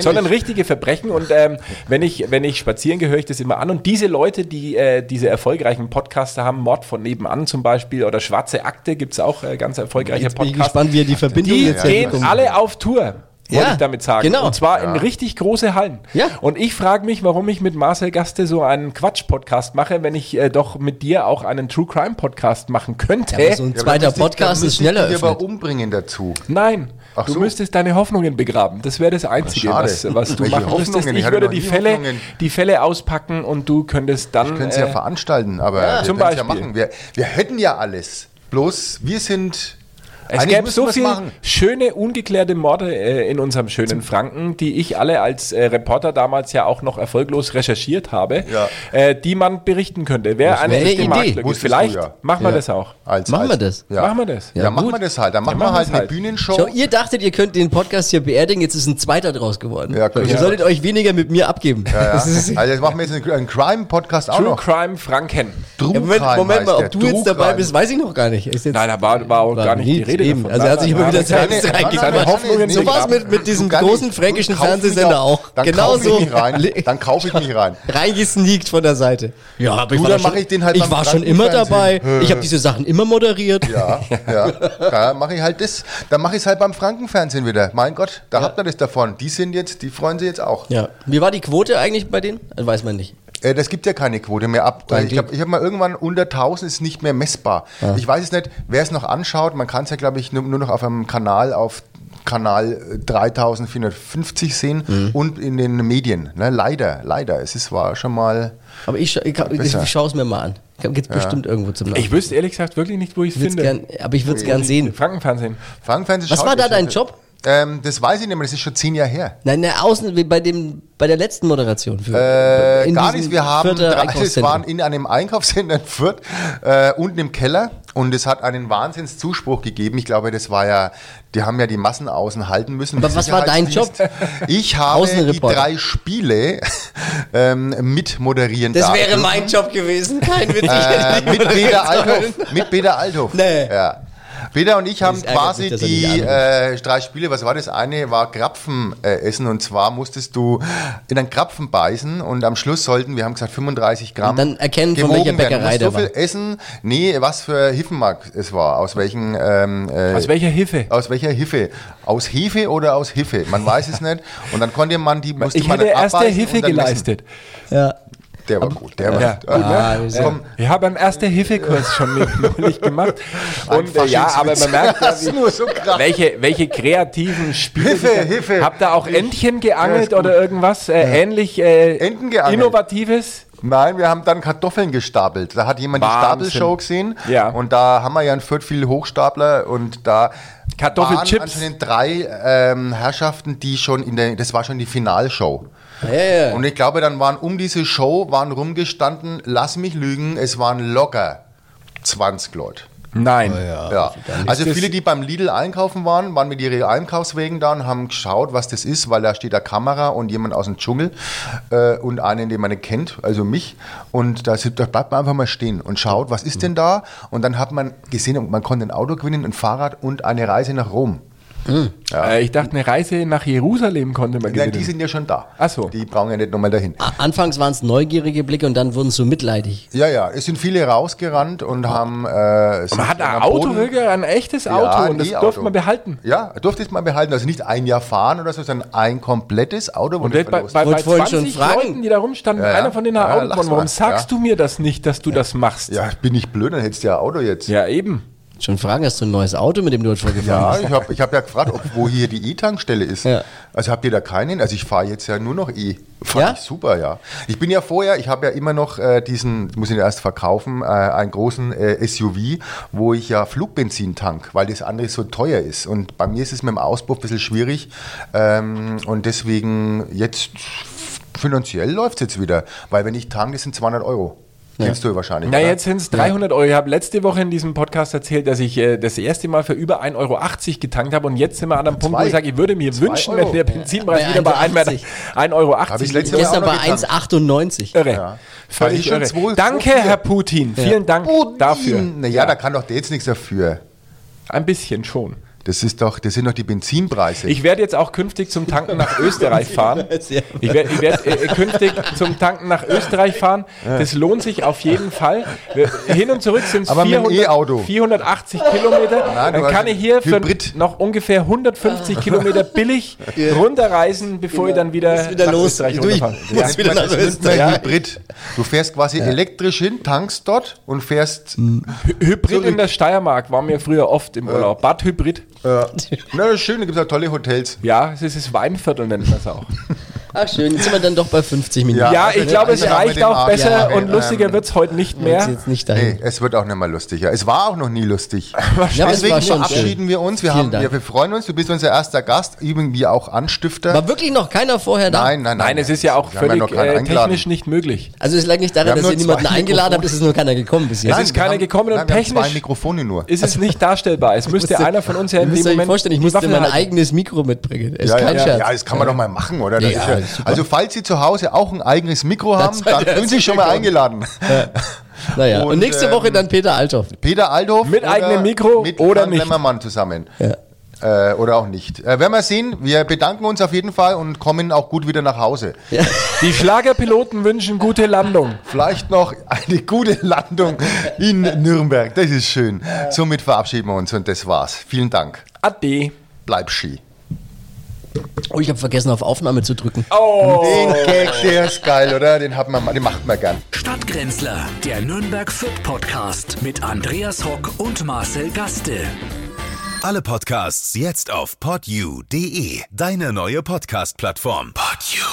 Speaker 2: sondern richtige Verbrechen. Und ähm, wenn, ich, wenn ich spazieren gehe, höre ich das immer an. Und diese Leute, die äh, diese erfolgreichen Podcaster haben, Mord von nebenan zum Beispiel oder Schwarze Akte, gibt es auch äh, ganz erfolgreiche
Speaker 4: Jetzt bin ich
Speaker 2: Podcasts.
Speaker 4: gespannt, wie er die Verbindung
Speaker 2: Die
Speaker 4: jetzt
Speaker 2: gehen
Speaker 4: herbekommt.
Speaker 2: alle auf Tour. Wollte
Speaker 4: Ja,
Speaker 2: ich damit sagen.
Speaker 4: genau.
Speaker 2: Und zwar in richtig große Hallen.
Speaker 4: Ja.
Speaker 2: Und ich frage mich, warum ich mit Marcel Gaste so einen Quatsch-Podcast mache, wenn ich äh, doch mit dir auch einen True Crime Podcast machen könnte.
Speaker 4: Ja, aber so ein zweiter Podcast ist schneller
Speaker 3: Wir aber
Speaker 4: öffnet.
Speaker 3: umbringen dazu.
Speaker 2: Nein,
Speaker 3: Ach
Speaker 2: du
Speaker 3: so.
Speaker 2: müsstest deine Hoffnungen begraben. Das wäre das Einzige,
Speaker 3: schade.
Speaker 2: was, was du
Speaker 3: Welche
Speaker 2: machen
Speaker 3: Hoffnungen?
Speaker 2: müsstest.
Speaker 3: Ich
Speaker 2: Ich
Speaker 3: hatte
Speaker 2: würde
Speaker 3: noch
Speaker 2: die
Speaker 3: nie
Speaker 2: Fälle,
Speaker 3: Hoffnungen.
Speaker 2: die Fälle auspacken und du könntest dann. äh,
Speaker 3: Wir können es ja veranstalten, aber wir
Speaker 2: Zum
Speaker 3: können es ja
Speaker 2: Beispiel.
Speaker 3: machen. Wir, wir hätten ja alles. Bloß wir sind.
Speaker 2: Es
Speaker 3: eigentlich
Speaker 2: gäbe
Speaker 3: müssen
Speaker 2: so
Speaker 3: wir's
Speaker 2: viele schöne, ungeklärte Morde äh, in unserem schönen Franken, die ich alle als äh, Reporter damals ja auch noch erfolglos recherchiert habe,
Speaker 3: Ja.
Speaker 2: äh, die man berichten könnte. Wäre eine
Speaker 4: wäre eine
Speaker 2: echte
Speaker 4: Idee.
Speaker 2: Marktlücke.
Speaker 3: Wusstest du
Speaker 2: Vielleicht
Speaker 3: ja.
Speaker 2: machen wir
Speaker 4: Ja.
Speaker 2: das auch.
Speaker 3: Als,
Speaker 4: Machen
Speaker 3: als,
Speaker 4: wir das?
Speaker 3: Ja.
Speaker 2: Machen wir das.
Speaker 3: Ja,
Speaker 4: Ja,
Speaker 3: machen
Speaker 4: gut.
Speaker 3: wir das halt. Dann machen
Speaker 2: machen
Speaker 3: wir halt
Speaker 2: wir's
Speaker 3: eine
Speaker 2: halt.
Speaker 3: Bühnenshow.
Speaker 4: Schau, ihr dachtet, ihr könnt den Podcast hier beerdigen, jetzt ist ein zweiter draus geworden.
Speaker 3: Ja, cool.
Speaker 4: ihr
Speaker 3: Ja.
Speaker 4: solltet euch weniger mit mir abgeben.
Speaker 3: ja.
Speaker 4: Das ist-
Speaker 3: Also jetzt machen wir jetzt einen, einen Crime-Podcast auch
Speaker 2: True
Speaker 3: noch.
Speaker 2: Crime Franken.
Speaker 3: True
Speaker 4: Ja, Moment,
Speaker 3: Crime
Speaker 4: Moment
Speaker 3: heißt
Speaker 4: mal,
Speaker 3: der.
Speaker 4: ob du
Speaker 3: True
Speaker 4: jetzt dabei
Speaker 3: Crime.
Speaker 4: bist, weiß ich noch gar nicht. Ist jetzt
Speaker 2: Nein, da war, war auch
Speaker 4: War
Speaker 2: gar nicht die
Speaker 4: nicht,
Speaker 2: Rede
Speaker 4: eben. Also er hat sich immer
Speaker 2: Da
Speaker 4: wieder
Speaker 2: haben wir keine-
Speaker 4: selbst reingebracht.
Speaker 2: keine Hoffnungen
Speaker 4: So war's
Speaker 2: begraben.
Speaker 4: mit, mit diesem
Speaker 3: Gar nicht.
Speaker 4: großen fränkischen
Speaker 3: Dann kauf ich mich
Speaker 4: Fernsehsender auch.
Speaker 3: Dann
Speaker 4: Genau
Speaker 3: kaufe
Speaker 4: so.
Speaker 3: ich mich
Speaker 4: *laughs*
Speaker 3: rein. Dann kaufe ich mich rein.
Speaker 4: Reingesneakt von der Seite. Ja,
Speaker 3: Du,
Speaker 4: aber war
Speaker 3: dann
Speaker 4: da schon-
Speaker 3: mach ich den halt
Speaker 4: Ich
Speaker 3: beim
Speaker 4: war schon immer dabei.
Speaker 3: Frankenfernsehen.
Speaker 4: Ich habe diese Sachen immer moderiert.
Speaker 3: Ja, ja. Da mache ich halt das. Dann mache ich es halt beim Frankenfernsehen wieder. Mein Gott, da habt ihr das davon. Die sind jetzt, die freuen sich jetzt auch.
Speaker 4: Ja. Wie war die Quote eigentlich bei denen? Das weiß man nicht.
Speaker 3: Äh, das gibt ja keine Quote mehr ab.
Speaker 4: Kein
Speaker 3: ich habe
Speaker 4: Glück.
Speaker 3: ich hab mal irgendwann unter 1000 ist nicht mehr messbar. Ich weiß es nicht, wer es noch anschaut. Man kann es ja, glaube ich, nur, nur noch auf einem Kanal auf Kanal äh, 3450 sehen
Speaker 4: Mhm.
Speaker 3: und in den Medien. Ne? Leider, leider. Es ist, war schon mal.
Speaker 4: Aber ich, scha- ich, ich,
Speaker 3: Besser.
Speaker 4: ich schaue es mir mal an. Gibt bestimmt irgendwo zum
Speaker 2: Ich wüsste ehrlich gesagt wirklich nicht, wo ich es
Speaker 4: Ich würd's
Speaker 2: finde.
Speaker 4: gern, aber Oh, ich würde es gern sehen.
Speaker 2: Frankenfernsehen.
Speaker 3: Frankenfernsehen
Speaker 4: Was
Speaker 3: schaut
Speaker 4: war da
Speaker 3: nicht.
Speaker 4: dein Job?
Speaker 3: Ähm, das weiß ich nicht mehr, das ist schon zehn Jahre her.
Speaker 4: Nein, na, außen wie bei dem bei der letzten Moderation. Für,
Speaker 3: Äh,
Speaker 4: in
Speaker 3: gar
Speaker 4: diesem
Speaker 3: nichts. Wir haben
Speaker 4: Fürther
Speaker 3: drei, es *laughs*
Speaker 4: Einkaufszentrum.
Speaker 3: waren in einem Einkaufscenter in Fürth äh, unten im Keller und es hat einen Wahnsinnszuspruch gegeben. Ich glaube, das war ja, die haben ja die Massen außen halten müssen.
Speaker 4: Aber was war dein
Speaker 3: Sicherheitsdienst.
Speaker 4: Job?
Speaker 3: halt *laughs* Ich habe die
Speaker 4: Außenreporter.
Speaker 3: drei Spiele ähm, mit moderieren
Speaker 4: Das
Speaker 3: darf.
Speaker 4: wäre mein
Speaker 3: *laughs*
Speaker 4: Job gewesen. Kein Witz. ich hätte
Speaker 3: äh,
Speaker 4: nicht
Speaker 3: mit
Speaker 4: moderieren
Speaker 3: Peter
Speaker 4: sollen.
Speaker 3: Althoff. Mit Peter Althoff.
Speaker 4: Nee.
Speaker 3: Ja. Peter und ich haben
Speaker 4: ärgert
Speaker 3: quasi
Speaker 4: mich, dass er
Speaker 3: die
Speaker 4: nicht
Speaker 3: äh, drei Spiele, was war das eine, war Krapfen äh, essen und zwar musstest du in einen Krapfen beißen und am Schluss sollten, wir haben gesagt 35 Gramm.
Speaker 4: Und dann erkennen, von
Speaker 3: gewogen
Speaker 4: welcher
Speaker 3: werden.
Speaker 4: Bäckerei
Speaker 3: Du musst
Speaker 4: der
Speaker 3: so viel essen, nee, was für Hiffenmark es war, aus welchen ähm, äh,
Speaker 2: Aus welcher Hilfe?
Speaker 3: aus welcher Hefe? Aus Hefe oder aus Hiffe? Man weiß es nicht. Und dann konnte man die musste
Speaker 2: Ich
Speaker 3: man
Speaker 2: hätte
Speaker 3: dann
Speaker 2: erste
Speaker 3: abbeißen
Speaker 2: Hilfe
Speaker 3: und dann essen.
Speaker 2: geleistet.
Speaker 4: *laughs* Ja.
Speaker 3: Der war gut. Der war
Speaker 2: Ja.
Speaker 3: gut. Äh, ne?
Speaker 4: Ah, das ist ja-
Speaker 3: komm,
Speaker 2: Wir haben einen Erste-Hilfe-Kurs schon *laughs* neulich gemacht. Und äh,
Speaker 3: Ein
Speaker 2: ja, aber man merkt, ja,
Speaker 3: *laughs* Das ist nur so krass.
Speaker 2: wie- welche, welche kreativen Spiele.
Speaker 3: Hilfe,
Speaker 2: die da-
Speaker 3: Hilfe.
Speaker 2: Habt ihr auch Entchen
Speaker 3: Ja,
Speaker 2: geangelt
Speaker 3: ist gut.
Speaker 2: oder irgendwas äh, ähnlich äh,
Speaker 3: Enten geangelt.
Speaker 2: Innovatives?
Speaker 3: Nein, wir haben dann Kartoffeln gestapelt. Da hat jemand
Speaker 2: Wahnsinn.
Speaker 3: die Stapelshow gesehen.
Speaker 2: Ja.
Speaker 3: Und da haben wir ja in Fürth viele Hochstapler und da
Speaker 2: Kartoffelchips.
Speaker 3: waren anscheinend drei ähm, Herrschaften, die schon in der, das war schon die Finalshow.
Speaker 4: Ja, ja, ja.
Speaker 3: Und ich glaube, dann waren um diese Show waren rumgestanden, lass mich lügen, es waren locker 20 Leute.
Speaker 2: Nein.
Speaker 3: Oh, Ja, also viele, die beim Lidl einkaufen waren, waren mit ihren Einkaufswegen da und haben geschaut, was das ist, weil da steht da Kamera und jemand aus dem Dschungel äh, und einen, den man nicht kennt, also mich. Und da, sind, da bleibt man einfach mal stehen und schaut, was ist denn da? Und dann hat man gesehen, man konnte ein Auto gewinnen, ein Fahrrad und eine Reise nach Rom.
Speaker 2: Äh, ich dachte, eine Reise nach Jerusalem konnte man
Speaker 3: Nein,
Speaker 2: gewinnen.
Speaker 3: die sind ja schon da.
Speaker 2: Ach so.
Speaker 3: Die brauchen ja nicht nochmal dahin.
Speaker 4: A- Anfangs waren es neugierige Blicke und dann wurden sie so mitleidig.
Speaker 3: Ja, ja, es sind viele rausgerannt und haben. Äh,
Speaker 2: man hat ein
Speaker 3: am
Speaker 2: Auto,
Speaker 3: Boden-
Speaker 2: Rüdiger, ein echtes Auto
Speaker 3: Ja,
Speaker 2: und das
Speaker 3: ein E-Auto.
Speaker 2: durfte man behalten.
Speaker 3: Ja, durfte es mal behalten. Also nicht ein Jahr fahren oder so, sondern ein komplettes Auto.
Speaker 2: Und bei, bei, bei
Speaker 4: Wollte vorhin
Speaker 2: 20
Speaker 4: schon fragen.
Speaker 2: Leuten, die da rumstanden,
Speaker 3: Ja, ja.
Speaker 2: einer von denen hat
Speaker 3: Ja,
Speaker 2: Auto
Speaker 3: lach's
Speaker 2: gewonnen. Warum
Speaker 3: mal.
Speaker 2: sagst
Speaker 3: Ja.
Speaker 2: du mir das nicht, dass du das machst?
Speaker 3: ja, bin ich blöd, dann hättest du ja ein Auto jetzt.
Speaker 2: Ja, eben.
Speaker 4: Schon fragen, hast du ein neues Auto, mit dem du heute vorgefahren
Speaker 3: Ja,
Speaker 4: bist?
Speaker 3: ich habe ich hab ja gefragt, ob, wo hier die E-Tankstelle ist.
Speaker 4: Ja.
Speaker 3: Also habt ihr da keinen? Also ich fahre jetzt ja nur noch E. Fand
Speaker 4: Ja?
Speaker 3: ich super, ja. Ich bin ja vorher, ich habe ja immer noch äh, diesen, muss ich ihn erst verkaufen, äh, einen großen äh, SUV, wo ich ja Flugbenzin tank, weil das andere so teuer ist. Und bei mir ist es mit dem Auspuff ein bisschen schwierig. Ähm, und deswegen jetzt finanziell läuft es jetzt wieder. Weil wenn ich tanke, das sind 200 Euro. Kennst du wahrscheinlich.
Speaker 2: Na,
Speaker 3: oder?
Speaker 2: jetzt sind es 300 Euro. Ich habe letzte Woche in diesem Podcast erzählt, dass ich äh, das erste Mal für über 1,80 Euro getankt habe und jetzt sind wir an einem Punkt, wo
Speaker 3: Zwei.
Speaker 2: ich sage, ich würde mir
Speaker 3: Zwei
Speaker 2: wünschen,
Speaker 3: Euro.
Speaker 2: wenn der Benzinpreis
Speaker 4: Ja,
Speaker 2: wieder bei
Speaker 4: 1,80.
Speaker 2: 1,80 Euro
Speaker 3: Habe ich
Speaker 2: liegt.
Speaker 3: letzte
Speaker 4: Gestern
Speaker 3: auch noch
Speaker 4: bei
Speaker 3: getankt.
Speaker 4: 1,98.
Speaker 2: Irre.
Speaker 3: Ja. Weil ich
Speaker 2: Völlig
Speaker 3: schon
Speaker 2: irre.
Speaker 3: zwei-
Speaker 2: Danke,
Speaker 3: zwei-
Speaker 2: Herr Putin. Vielen Dank dafür.
Speaker 3: Naja, da kann doch der jetzt nichts dafür.
Speaker 2: Ein bisschen schon.
Speaker 3: Das ist doch, das sind doch die Benzinpreise.
Speaker 2: Ich werde jetzt auch künftig zum Tanken nach Österreich
Speaker 3: *laughs*
Speaker 2: fahren. Ich werde ich werd, äh, künftig zum Tanken nach Österreich fahren. Das lohnt sich auf jeden Fall. Wir, hin und zurück sind es
Speaker 3: Aber mit dem E-Auto.
Speaker 2: 480 Kilometer.
Speaker 3: Nein, du
Speaker 2: Dann kann
Speaker 3: hast
Speaker 2: ich hier für
Speaker 3: Hybrid.
Speaker 2: noch ungefähr 150 Kilometer billig runterreisen, bevor
Speaker 3: Genau.
Speaker 2: ich dann wieder,
Speaker 4: Ist wieder
Speaker 2: nach
Speaker 4: los.
Speaker 2: Österreich
Speaker 4: Du, ich-
Speaker 2: runterfahre.
Speaker 4: du musst wieder nach
Speaker 3: nennt man
Speaker 4: Österreich.
Speaker 3: Hybrid. Du fährst quasi elektrisch hin, tankst dort und fährst.
Speaker 4: Hm.
Speaker 2: Hybrid in
Speaker 3: Zurück.
Speaker 2: der Steiermark waren wir früher oft im Urlaub. Bad Hybrid.
Speaker 3: Na, das ist schön, da gibt es ja tolle Hotels.
Speaker 2: Ja, es ist das Weinviertel, nennt man es auch.
Speaker 4: Ach schön, jetzt sind wir dann doch bei 50 Minuten.
Speaker 3: Ja.
Speaker 2: Ja, ich
Speaker 3: also
Speaker 2: glaube, es
Speaker 3: das ist ja mit
Speaker 2: reicht
Speaker 3: dem
Speaker 2: auch
Speaker 3: Abi-
Speaker 2: besser
Speaker 3: Abi-
Speaker 2: und lustiger
Speaker 3: ähm,
Speaker 2: wird es heute nicht
Speaker 4: Jetzt,
Speaker 2: mehr.
Speaker 4: jetzt nicht dahin.
Speaker 3: Nee, es wird auch nicht mehr lustiger. Es war auch noch nie lustig.
Speaker 4: Hm. *laughs* Ja, aber es
Speaker 3: Deswegen
Speaker 4: war schon
Speaker 3: verabschieden
Speaker 4: schön.
Speaker 3: wir uns. Wir,
Speaker 4: Vielen
Speaker 3: haben,
Speaker 4: Dank.
Speaker 3: wir, wir freuen uns. Du bist unser erster Gast, irgendwie auch Anstifter.
Speaker 4: War wirklich noch keiner vorher da?
Speaker 3: nein, nein,
Speaker 2: Nein, es ist ja auch
Speaker 3: Wir haben
Speaker 2: völlig
Speaker 3: noch keinen
Speaker 2: äh,
Speaker 3: eingeladen.
Speaker 2: technisch nicht möglich.
Speaker 4: Also es lag nicht
Speaker 3: Wir
Speaker 4: daran,
Speaker 3: haben
Speaker 4: dass ihr
Speaker 3: nur
Speaker 4: niemanden
Speaker 3: zwei
Speaker 4: eingeladen habt, es ist nur keiner gekommen bis jetzt.
Speaker 2: Nein, ist
Speaker 3: wir
Speaker 2: keiner gekommen und
Speaker 3: nein, wir haben
Speaker 2: technisch-
Speaker 3: zwei Mikrofone nur.
Speaker 2: Ist es nicht darstellbar. Es müsste
Speaker 4: musste-
Speaker 2: einer von uns ja
Speaker 4: Ihr
Speaker 2: in dem
Speaker 4: müsst euch
Speaker 2: Moment.
Speaker 4: vorstellen, ich
Speaker 2: die
Speaker 4: musste
Speaker 2: Waffe
Speaker 4: mein
Speaker 2: halten.
Speaker 4: eigenes Mikro mitbringen. Ist
Speaker 3: Ja,
Speaker 4: kein
Speaker 3: ja,
Speaker 4: Scherz.
Speaker 3: ja, das kann man doch mal machen, oder? Das
Speaker 4: Ja,
Speaker 3: ist ja,
Speaker 4: ist super.
Speaker 3: also falls Sie zu Hause auch ein eigenes Mikro haben,
Speaker 4: seid
Speaker 3: dann
Speaker 4: ihr
Speaker 3: sind Sie
Speaker 4: herzlich
Speaker 3: schon mal eingeladen.
Speaker 4: naja. und,
Speaker 3: Und,
Speaker 4: nächste Woche
Speaker 3: ähm,
Speaker 4: dann Peter Althoff.
Speaker 3: Peter Althoff.
Speaker 2: Mit
Speaker 3: oder
Speaker 2: eigenem Mikro
Speaker 3: mit
Speaker 2: oder
Speaker 3: Frank
Speaker 2: nicht.
Speaker 3: Lemmermann zusammen.
Speaker 4: Ja.
Speaker 3: Äh, oder auch nicht. Äh, werden wir sehen. Wir bedanken uns auf jeden Fall und kommen auch gut wieder nach Hause.
Speaker 2: Die Schlagerpiloten wünschen gute Landung.
Speaker 3: Vielleicht noch eine gute Landung in Nürnberg. Das ist schön. Somit verabschieden wir uns und das war's. Vielen Dank.
Speaker 2: Ade.
Speaker 3: Bleib Ski.
Speaker 4: Oh, ich habe vergessen, auf Aufnahme zu drücken.
Speaker 2: Oh.
Speaker 3: Den Gag, der ist geil, oder? Den, hat man, den macht man gern.
Speaker 1: Stadtgrenzler, der Nürnberg Fit Podcast mit Andreas Hock und Marcel Gaste.
Speaker 6: Alle Podcasts jetzt auf podyou.de, deine neue Podcast-Plattform. Podyou.